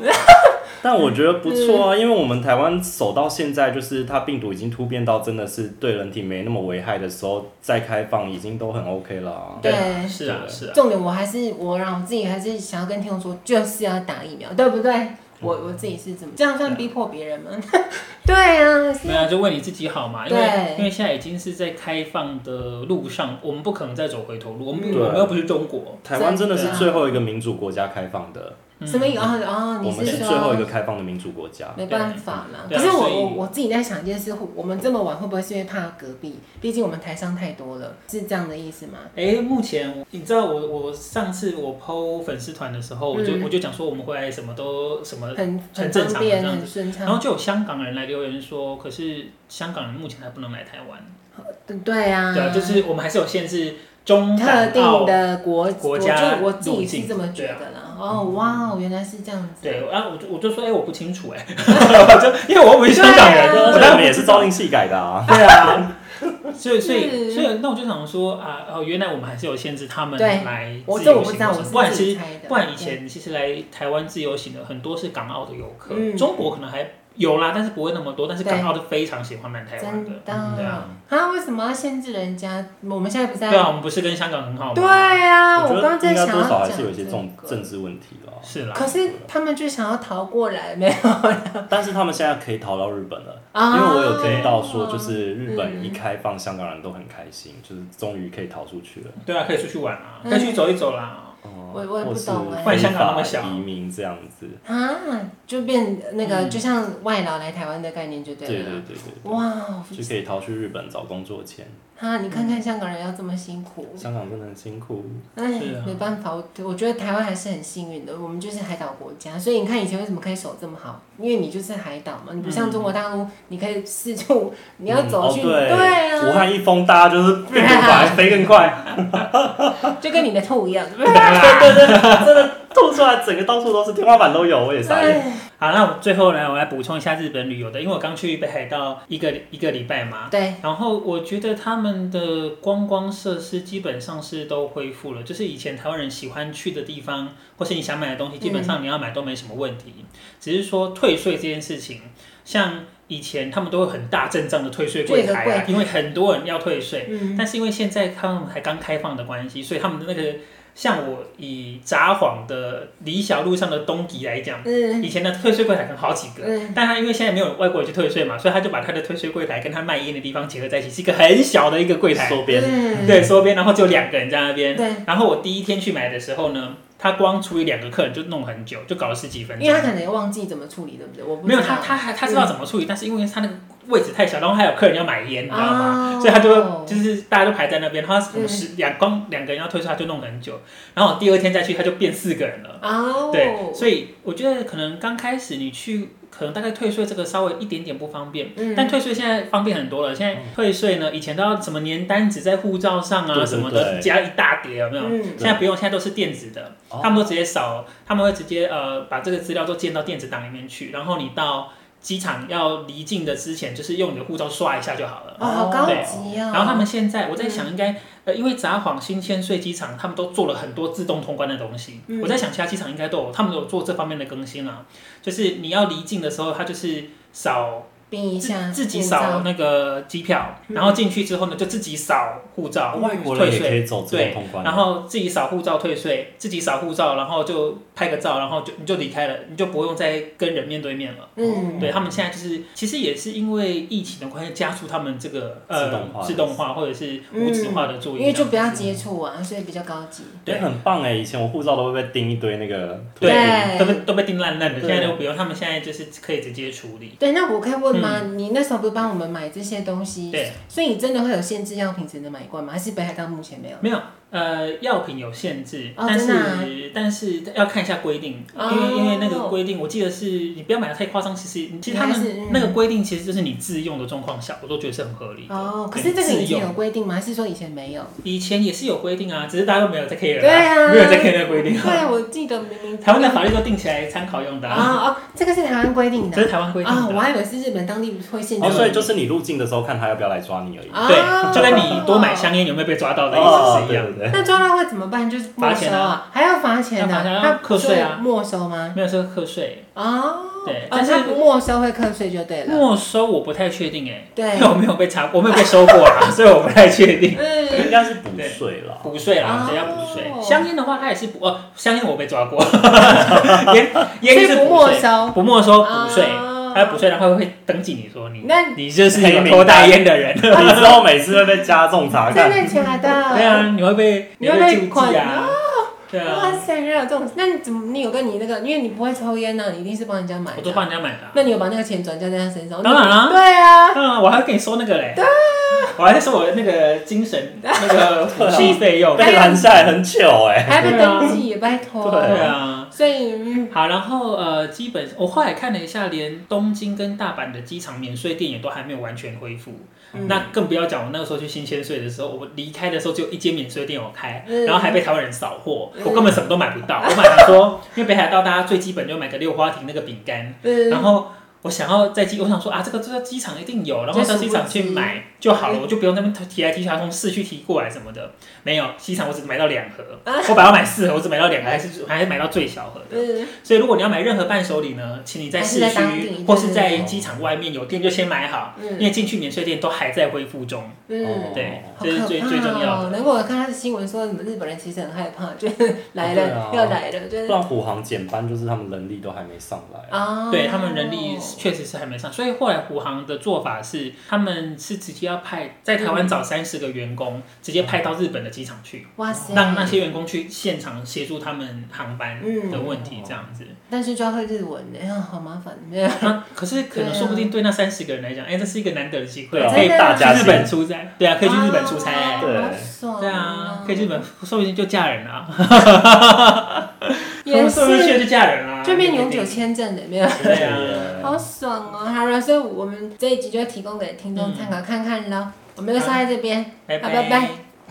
[SPEAKER 3] 但我觉得不错啊，因为我们台湾守到现在，就是它病毒已经突变到真的是对人体没那么危害的时候，再开放已经都很 OK 了啊。
[SPEAKER 1] 对
[SPEAKER 2] 是啊是啊。
[SPEAKER 1] 重点我还是我让我自己还是想要跟听众说，就是要打疫苗，对不对？我
[SPEAKER 2] 嗯
[SPEAKER 1] 我自己是怎么这样算
[SPEAKER 2] 啊
[SPEAKER 1] 逼迫别人吗？ 对啊，是
[SPEAKER 2] 没有啊，就为你自己好嘛，因为
[SPEAKER 1] 对
[SPEAKER 2] 因为现在已经是在开放的路上，我们不可能再走回头路，我们
[SPEAKER 3] 对
[SPEAKER 2] 我们又不是中国，
[SPEAKER 3] 台湾真的
[SPEAKER 1] 真
[SPEAKER 3] 是
[SPEAKER 1] 的
[SPEAKER 3] 最后一个民主国家开放的，
[SPEAKER 1] 什么以
[SPEAKER 2] 嗯
[SPEAKER 1] 后哦，
[SPEAKER 3] 我
[SPEAKER 1] 你
[SPEAKER 3] 们是最后
[SPEAKER 1] 说
[SPEAKER 3] 一个开放的民主国家。
[SPEAKER 1] 没办法啦？
[SPEAKER 2] 对
[SPEAKER 1] 可
[SPEAKER 2] 啊
[SPEAKER 1] 是我
[SPEAKER 2] 所以
[SPEAKER 1] 我我自己在想一件事，我们这么晚会不会是因为怕隔壁？毕竟我们台商太多了，是这样的意思吗？
[SPEAKER 2] 哎、目前你知道我我上次我剖粉丝团的时候，我就、
[SPEAKER 1] 嗯
[SPEAKER 2] 我就讲说我们回来什么都什么，
[SPEAKER 1] 很
[SPEAKER 2] 呃很正常
[SPEAKER 1] 方便，
[SPEAKER 2] 这样子
[SPEAKER 1] 很顺
[SPEAKER 2] 然后
[SPEAKER 1] 畅。
[SPEAKER 2] 就有香港人来留言说，可是香港人目前还不能来台湾，
[SPEAKER 1] 对啊，
[SPEAKER 2] 对啊，就是我们还是有限制中
[SPEAKER 1] 特
[SPEAKER 2] 港
[SPEAKER 1] 定
[SPEAKER 2] 澳。
[SPEAKER 1] 的国
[SPEAKER 2] 国家
[SPEAKER 1] 我就我自己
[SPEAKER 2] 入境
[SPEAKER 1] 是这么觉得啦。哦，哇，哦，原来是这样子。
[SPEAKER 2] 啊对，然后我就我就说，哎、我不清楚、哎，我 就因为我不是香港人，
[SPEAKER 1] 对啊
[SPEAKER 2] 我
[SPEAKER 3] 我
[SPEAKER 2] 当
[SPEAKER 3] 们
[SPEAKER 2] 然
[SPEAKER 3] 也是
[SPEAKER 2] 招
[SPEAKER 3] 朝令夕改的啊。
[SPEAKER 2] 对啊， 所以所以
[SPEAKER 1] 是
[SPEAKER 2] 所以，那我就想说啊，哦，原来我们还是有限制他们
[SPEAKER 1] 对
[SPEAKER 2] 来自
[SPEAKER 1] 我
[SPEAKER 2] 由
[SPEAKER 1] 这我不
[SPEAKER 2] 行
[SPEAKER 1] 知道，
[SPEAKER 2] 动
[SPEAKER 1] 我是
[SPEAKER 2] 不然
[SPEAKER 1] 自
[SPEAKER 2] 其
[SPEAKER 1] 己
[SPEAKER 2] 实
[SPEAKER 1] 猜的。
[SPEAKER 2] 不然以前其实来台湾自由行的很多是港澳的游客，
[SPEAKER 1] 嗯
[SPEAKER 2] 中国可能还有啦，但是不会那么多，但是
[SPEAKER 1] 对
[SPEAKER 2] 港澳的非常喜欢来
[SPEAKER 3] 嗯
[SPEAKER 1] 对
[SPEAKER 2] 台湾
[SPEAKER 1] 真
[SPEAKER 2] 的
[SPEAKER 1] 的，
[SPEAKER 2] 对
[SPEAKER 1] 啊，
[SPEAKER 2] 啊，
[SPEAKER 1] 为什么要限制人家？我们现在不是在
[SPEAKER 2] 对啊，我们不是跟香港很好吗？
[SPEAKER 1] 对啊，
[SPEAKER 3] 我
[SPEAKER 1] 我
[SPEAKER 3] 觉
[SPEAKER 1] 刚刚
[SPEAKER 3] 得
[SPEAKER 1] 在
[SPEAKER 3] 应该
[SPEAKER 1] 想
[SPEAKER 3] 多
[SPEAKER 1] 要
[SPEAKER 3] 少
[SPEAKER 1] 讲
[SPEAKER 3] 还是有一些政
[SPEAKER 1] 这个
[SPEAKER 3] 政治问题了。
[SPEAKER 2] 是啦，
[SPEAKER 1] 可是他们就想要逃过来，没有啦
[SPEAKER 3] 但是他们现在可以逃到日本了， 因
[SPEAKER 1] 啊
[SPEAKER 3] 为我有听到说，就是日本一开放，香港人都很开心，就是终于可以逃出去了。
[SPEAKER 2] 对啊，可以出去玩啊，
[SPEAKER 1] 嗯
[SPEAKER 2] 可以去走一走啦。
[SPEAKER 1] 我我也不
[SPEAKER 3] 或是
[SPEAKER 1] 懂哎
[SPEAKER 2] 换香港那么小
[SPEAKER 3] 非法移民这样子，
[SPEAKER 1] 啊，就变那个、就像外劳来台湾的概念就
[SPEAKER 3] 对
[SPEAKER 1] 对
[SPEAKER 3] 嗯
[SPEAKER 1] 啊
[SPEAKER 3] 对
[SPEAKER 1] 了。
[SPEAKER 3] 对对，
[SPEAKER 1] 哇，
[SPEAKER 3] 就可以逃去日本找工作签。
[SPEAKER 1] 啊，你
[SPEAKER 3] 嗯
[SPEAKER 1] 看看香港人要这么辛苦，
[SPEAKER 3] 香港真的很辛苦，
[SPEAKER 1] 哎
[SPEAKER 2] 是啊，
[SPEAKER 1] 没办法，我我觉得台湾还是很幸运的，我们就是海岛国家，所以你看以前为什么可以守这么好，因为你就是海岛嘛，你不像中国大陆，你可以四处，你要走去，
[SPEAKER 3] 嗯嗯哦对武
[SPEAKER 1] 对
[SPEAKER 3] 汉一封，大家就是变更快，飞更快，
[SPEAKER 1] 啊，就跟你的兔一样，对不
[SPEAKER 2] 对啊
[SPEAKER 1] 对
[SPEAKER 2] 啦
[SPEAKER 3] 真的吐出来，整个到处都是，天花板都有，我也傻眼。
[SPEAKER 1] 哎
[SPEAKER 2] 好，那我最后呢，我来补充一下日本旅游的，因为我刚去北海道一个一个礼拜嘛，
[SPEAKER 1] 哎对，
[SPEAKER 2] 然后我觉得他们的观光设施基本上是都恢复了，就是以前台湾人喜欢去的地方，或是你想买的东西，基本
[SPEAKER 1] 嗯
[SPEAKER 2] 上你要买都没什么问题。只是说退税这件事情，像以前他们都会很大阵仗的退税柜台
[SPEAKER 1] 对的
[SPEAKER 2] 啊，因为很多人要退税。
[SPEAKER 1] 嗯，
[SPEAKER 2] 但是因为现在他们还刚开放的关系，所以他们的那个像我以札幌的李小路上的东吉来讲，
[SPEAKER 1] 嗯
[SPEAKER 2] 以前的退税柜台可能好几个，
[SPEAKER 1] 嗯
[SPEAKER 2] 但他因为现在没有外国人去退税嘛，所以他就把他的退税柜台跟他卖烟的地方结合在一起，是一个很小的一个柜台，
[SPEAKER 3] 收编，
[SPEAKER 1] 嗯
[SPEAKER 2] 对，收边，然后只有两个人在那边。
[SPEAKER 1] 对，
[SPEAKER 2] 然后我第一天去买的时候呢，他光处理两个客人就弄很久，就搞了十几分
[SPEAKER 1] 因为他
[SPEAKER 2] 钟。
[SPEAKER 1] 可能也忘记怎么处理，对不对？我不
[SPEAKER 2] 没
[SPEAKER 1] 知
[SPEAKER 2] 有
[SPEAKER 1] 道嗯
[SPEAKER 2] 他，他还他知道怎么处理，但是因为他那个位置太小，然后还有客人要买烟，你知道吗？
[SPEAKER 1] 哦
[SPEAKER 2] 所以他就就是大家都排在那边，然后什么
[SPEAKER 1] 嗯
[SPEAKER 2] 十两光两个人要退出，他就弄很久。然后我第二天再去，他就变四个人了。
[SPEAKER 1] 哦，
[SPEAKER 2] 对，所以我觉得可能刚开始你去可能大概退税这个稍微一点点不方便，
[SPEAKER 1] 嗯
[SPEAKER 2] 但退税现在方便很多了。现
[SPEAKER 3] 嗯
[SPEAKER 2] 在退税呢，以前都要什么年单只在护照上
[SPEAKER 3] 对
[SPEAKER 2] 啊
[SPEAKER 3] 对
[SPEAKER 2] 什么的，
[SPEAKER 3] 对
[SPEAKER 2] 加一大叠，有没有？
[SPEAKER 1] 嗯
[SPEAKER 2] 现在不用，现在都是电子的，
[SPEAKER 3] 哦
[SPEAKER 2] 他们都直接扫，他们会直接呃把这个资料都建到电子档里面去，然后你到机场要离境的之前，就是用你的护照刷一下就好了。
[SPEAKER 1] 哦，好高
[SPEAKER 2] 对
[SPEAKER 1] 级哦。
[SPEAKER 2] 然后他们现在，我在想应该，呃，因为札幌、新千岁机场他们都做了很多自动通关的东西，
[SPEAKER 1] 嗯
[SPEAKER 2] 我在想其他机场应该都有，他们有做这方面的更新啊。就是你要离境的时候，他就是扫
[SPEAKER 1] 冰一
[SPEAKER 2] 自
[SPEAKER 1] 下，
[SPEAKER 2] 自己
[SPEAKER 1] 建造
[SPEAKER 2] 扫那个机票，然后进去之后呢，就自己扫护照，
[SPEAKER 3] 啊外国
[SPEAKER 2] 退
[SPEAKER 3] 人也可
[SPEAKER 2] 税。
[SPEAKER 3] 以啊走自动
[SPEAKER 2] 对
[SPEAKER 3] 通关，
[SPEAKER 2] 然后自己扫护照退税，自己扫护照，然后就拍个照，然后就你就离开了，你就不用再跟人面对面了。
[SPEAKER 1] 嗯，
[SPEAKER 2] 对他们现在就是，其实也是因为疫情的关系，加速他们这个呃
[SPEAKER 3] 自动化的
[SPEAKER 2] 自动化或者是无纸化的
[SPEAKER 1] 嗯
[SPEAKER 2] 作
[SPEAKER 1] 因
[SPEAKER 2] 业，啊
[SPEAKER 1] 为就不要接触啊，所以比较高级。
[SPEAKER 3] 对，
[SPEAKER 2] 对
[SPEAKER 3] 很棒哎！以前我护照都会被钉一堆那个
[SPEAKER 2] 对
[SPEAKER 3] 图
[SPEAKER 2] 都被都被盯烂烂的，
[SPEAKER 3] 对
[SPEAKER 2] 现在都不用，他们现在就是可以直接处理。
[SPEAKER 1] 对，那我可以问吗？你那时候不是帮我们买这些东西？
[SPEAKER 2] 嗯对，
[SPEAKER 1] 所以你真的会有限制药品只能买一罐吗？还是北海道目前没有？
[SPEAKER 2] 没有，呃，药品有限制，
[SPEAKER 1] 哦
[SPEAKER 2] 但是、
[SPEAKER 1] 真的啊
[SPEAKER 2] 但是要看一下规定，
[SPEAKER 1] 哦
[SPEAKER 2] 因为因为那个规定，我记得是你不要买的太夸张，其实其实他
[SPEAKER 1] 还是嗯
[SPEAKER 2] 们那个规定其实就是你自用的状况下，我都觉得是很合理的。
[SPEAKER 1] 哦，可
[SPEAKER 2] 对
[SPEAKER 1] 是这个
[SPEAKER 2] 自
[SPEAKER 1] 以前
[SPEAKER 2] 用
[SPEAKER 1] 有规定吗？还是说以前没有？
[SPEAKER 2] 以前也是有规定啊，只是大家都没有在 care，、
[SPEAKER 1] 对啊
[SPEAKER 2] 没有在 care 那个规定、
[SPEAKER 1] 对啊，我记得明明
[SPEAKER 2] 台湾的法律都定起来参考用的、啊，
[SPEAKER 1] 啊哦，这个是台湾规定
[SPEAKER 2] 这
[SPEAKER 1] 的
[SPEAKER 2] 是台湾规定
[SPEAKER 1] 啊，我
[SPEAKER 2] 的。
[SPEAKER 1] 还以为是日本当地会限制我
[SPEAKER 3] 哦，
[SPEAKER 1] 们。
[SPEAKER 3] 所以就是你入境的时候看他要不要来抓你而已。
[SPEAKER 1] 哦
[SPEAKER 2] 对，就跟你多买香烟有没有被抓到的意思是一样
[SPEAKER 3] 啊哦对。对对，
[SPEAKER 1] 那抓到会怎么办？就是没
[SPEAKER 2] 罚
[SPEAKER 1] 收
[SPEAKER 2] 钱
[SPEAKER 1] 啊，还要罚钱
[SPEAKER 2] 要罚钱
[SPEAKER 1] 的，
[SPEAKER 2] 要
[SPEAKER 1] 他
[SPEAKER 2] 课税啊
[SPEAKER 1] 所以没收吗？
[SPEAKER 2] 没有说课税，
[SPEAKER 1] 哦，
[SPEAKER 2] 对
[SPEAKER 1] 哦，
[SPEAKER 2] 但是
[SPEAKER 1] 他不没收会课税就对了。
[SPEAKER 2] 没收我不太确定哎、
[SPEAKER 1] 对
[SPEAKER 2] 因为我没有被查过，我没有被收过 啦，所以我不太确定。
[SPEAKER 1] 嗯，
[SPEAKER 3] 应该是补税了。
[SPEAKER 2] 补税啦，
[SPEAKER 1] 哦
[SPEAKER 2] 谁要补税？香烟的话，它也是补哦，香烟我被抓 过，烟
[SPEAKER 1] 所
[SPEAKER 2] 烟
[SPEAKER 1] 以
[SPEAKER 2] 是
[SPEAKER 1] 不
[SPEAKER 2] 补
[SPEAKER 1] 没
[SPEAKER 2] 税，
[SPEAKER 1] 收，
[SPEAKER 2] 不没收补税，
[SPEAKER 1] 哦
[SPEAKER 2] 它补税然后会登记你说你
[SPEAKER 1] 那
[SPEAKER 2] 你就是一个偷大烟的人，
[SPEAKER 3] 你之后每次会被加重查
[SPEAKER 1] 哦真
[SPEAKER 3] 看，
[SPEAKER 1] 的假的？
[SPEAKER 2] 对啊，你会被
[SPEAKER 1] 你会被
[SPEAKER 2] 禁
[SPEAKER 1] 捆
[SPEAKER 2] 忌啊，对
[SPEAKER 1] 哇
[SPEAKER 2] 啊，
[SPEAKER 1] 塞，原来有这种事！那你怎么你有跟你那个，因为你不会抽烟呢、你一定是帮人家买的啊。
[SPEAKER 2] 我都帮人家买的啊。
[SPEAKER 1] 那你有把那个钱转嫁在他身上？
[SPEAKER 2] 当然啊
[SPEAKER 1] 对啊，
[SPEAKER 2] 嗯，我还跟你说那个嘞，我还在说我那个 精神那个补习费用，
[SPEAKER 3] 被拦下来很久哎。
[SPEAKER 1] 还要被登记，拜托。
[SPEAKER 3] 对
[SPEAKER 2] 对啊。
[SPEAKER 1] 所以嗯，
[SPEAKER 2] 好，然后呃，基本我后来看了一下，连东京跟大阪的机场免税店也都还没有完全恢复，
[SPEAKER 1] 嗯
[SPEAKER 2] 那更不要讲我那个时候去新千岁的时候，我离开的时候只有一间免税店有开，
[SPEAKER 1] 嗯
[SPEAKER 2] 然后还被台湾人扫货，
[SPEAKER 1] 嗯
[SPEAKER 2] 我根本什么都买不到。我买了说，因为北海道大家最基本就买个六花亭那个饼干，
[SPEAKER 1] 嗯
[SPEAKER 2] 然后我想要在机，我想说啊，这个在机场一定有，然后
[SPEAKER 1] 就
[SPEAKER 2] 到
[SPEAKER 1] 是
[SPEAKER 2] 机场去
[SPEAKER 1] 不知嗯
[SPEAKER 2] 买就好了，我就不用那边提来提去，还从市区提过来什么的。没有，机场我只买到两盒，我本来要买四盒，我只买到两盒，还是还是买到最小盒的。
[SPEAKER 1] 啊嗯，
[SPEAKER 2] 所以如果你要买任何伴手礼呢，请你在市
[SPEAKER 1] 还是在当地
[SPEAKER 2] 区或是
[SPEAKER 1] 对
[SPEAKER 2] 在
[SPEAKER 3] 对对
[SPEAKER 2] 机场外面有店就先买好，
[SPEAKER 1] 嗯
[SPEAKER 2] 因为进去免税店都还在恢复中。
[SPEAKER 1] 嗯。
[SPEAKER 2] 对，
[SPEAKER 1] 好
[SPEAKER 2] 这是哦最最重
[SPEAKER 1] 可怕
[SPEAKER 2] 要
[SPEAKER 1] 哦！
[SPEAKER 2] 的。
[SPEAKER 1] 难怪我看他的新闻说，日本人其实很害怕，就是 来
[SPEAKER 3] 对
[SPEAKER 1] 了
[SPEAKER 3] 啊
[SPEAKER 1] 要来了，就是
[SPEAKER 3] 不然虎航减班就是他们人力都还没上来。
[SPEAKER 1] 啊，
[SPEAKER 2] 对他们人力确实是还没上，所以后来虎航的做法是，他们是直接要派在台湾找三十个员工，直接派到日本的机场去。
[SPEAKER 1] 哇塞，
[SPEAKER 2] 让那些员工去现场协助他们航班的问题，这样子。
[SPEAKER 1] 但是就要会日文的，哎呀，好麻烦，没有
[SPEAKER 2] 那可是可能说不定对那三十个人来讲，
[SPEAKER 1] 啊
[SPEAKER 2] 哎、这是一个难得的机会，
[SPEAKER 3] 对
[SPEAKER 1] 真
[SPEAKER 3] 啊，
[SPEAKER 2] 可
[SPEAKER 1] 的
[SPEAKER 3] 被
[SPEAKER 2] 以
[SPEAKER 3] 大家
[SPEAKER 2] 去日
[SPEAKER 3] 庭
[SPEAKER 2] 本出差，对啊，可以去日本出差、
[SPEAKER 1] 啊
[SPEAKER 3] 对
[SPEAKER 1] 好爽
[SPEAKER 2] 对啊，可以去日本，说不定就嫁人了，啊
[SPEAKER 1] 也
[SPEAKER 2] 说不定
[SPEAKER 1] 是
[SPEAKER 2] 去了就嫁人了，啊
[SPEAKER 1] 就变永久签证的，没有。
[SPEAKER 2] 对啊
[SPEAKER 1] 好爽哦！好了，所
[SPEAKER 2] 嗯
[SPEAKER 1] 以我们这一集就提供给听众参考看看喽。我们就上在这边，
[SPEAKER 2] 拜
[SPEAKER 1] 好拜拜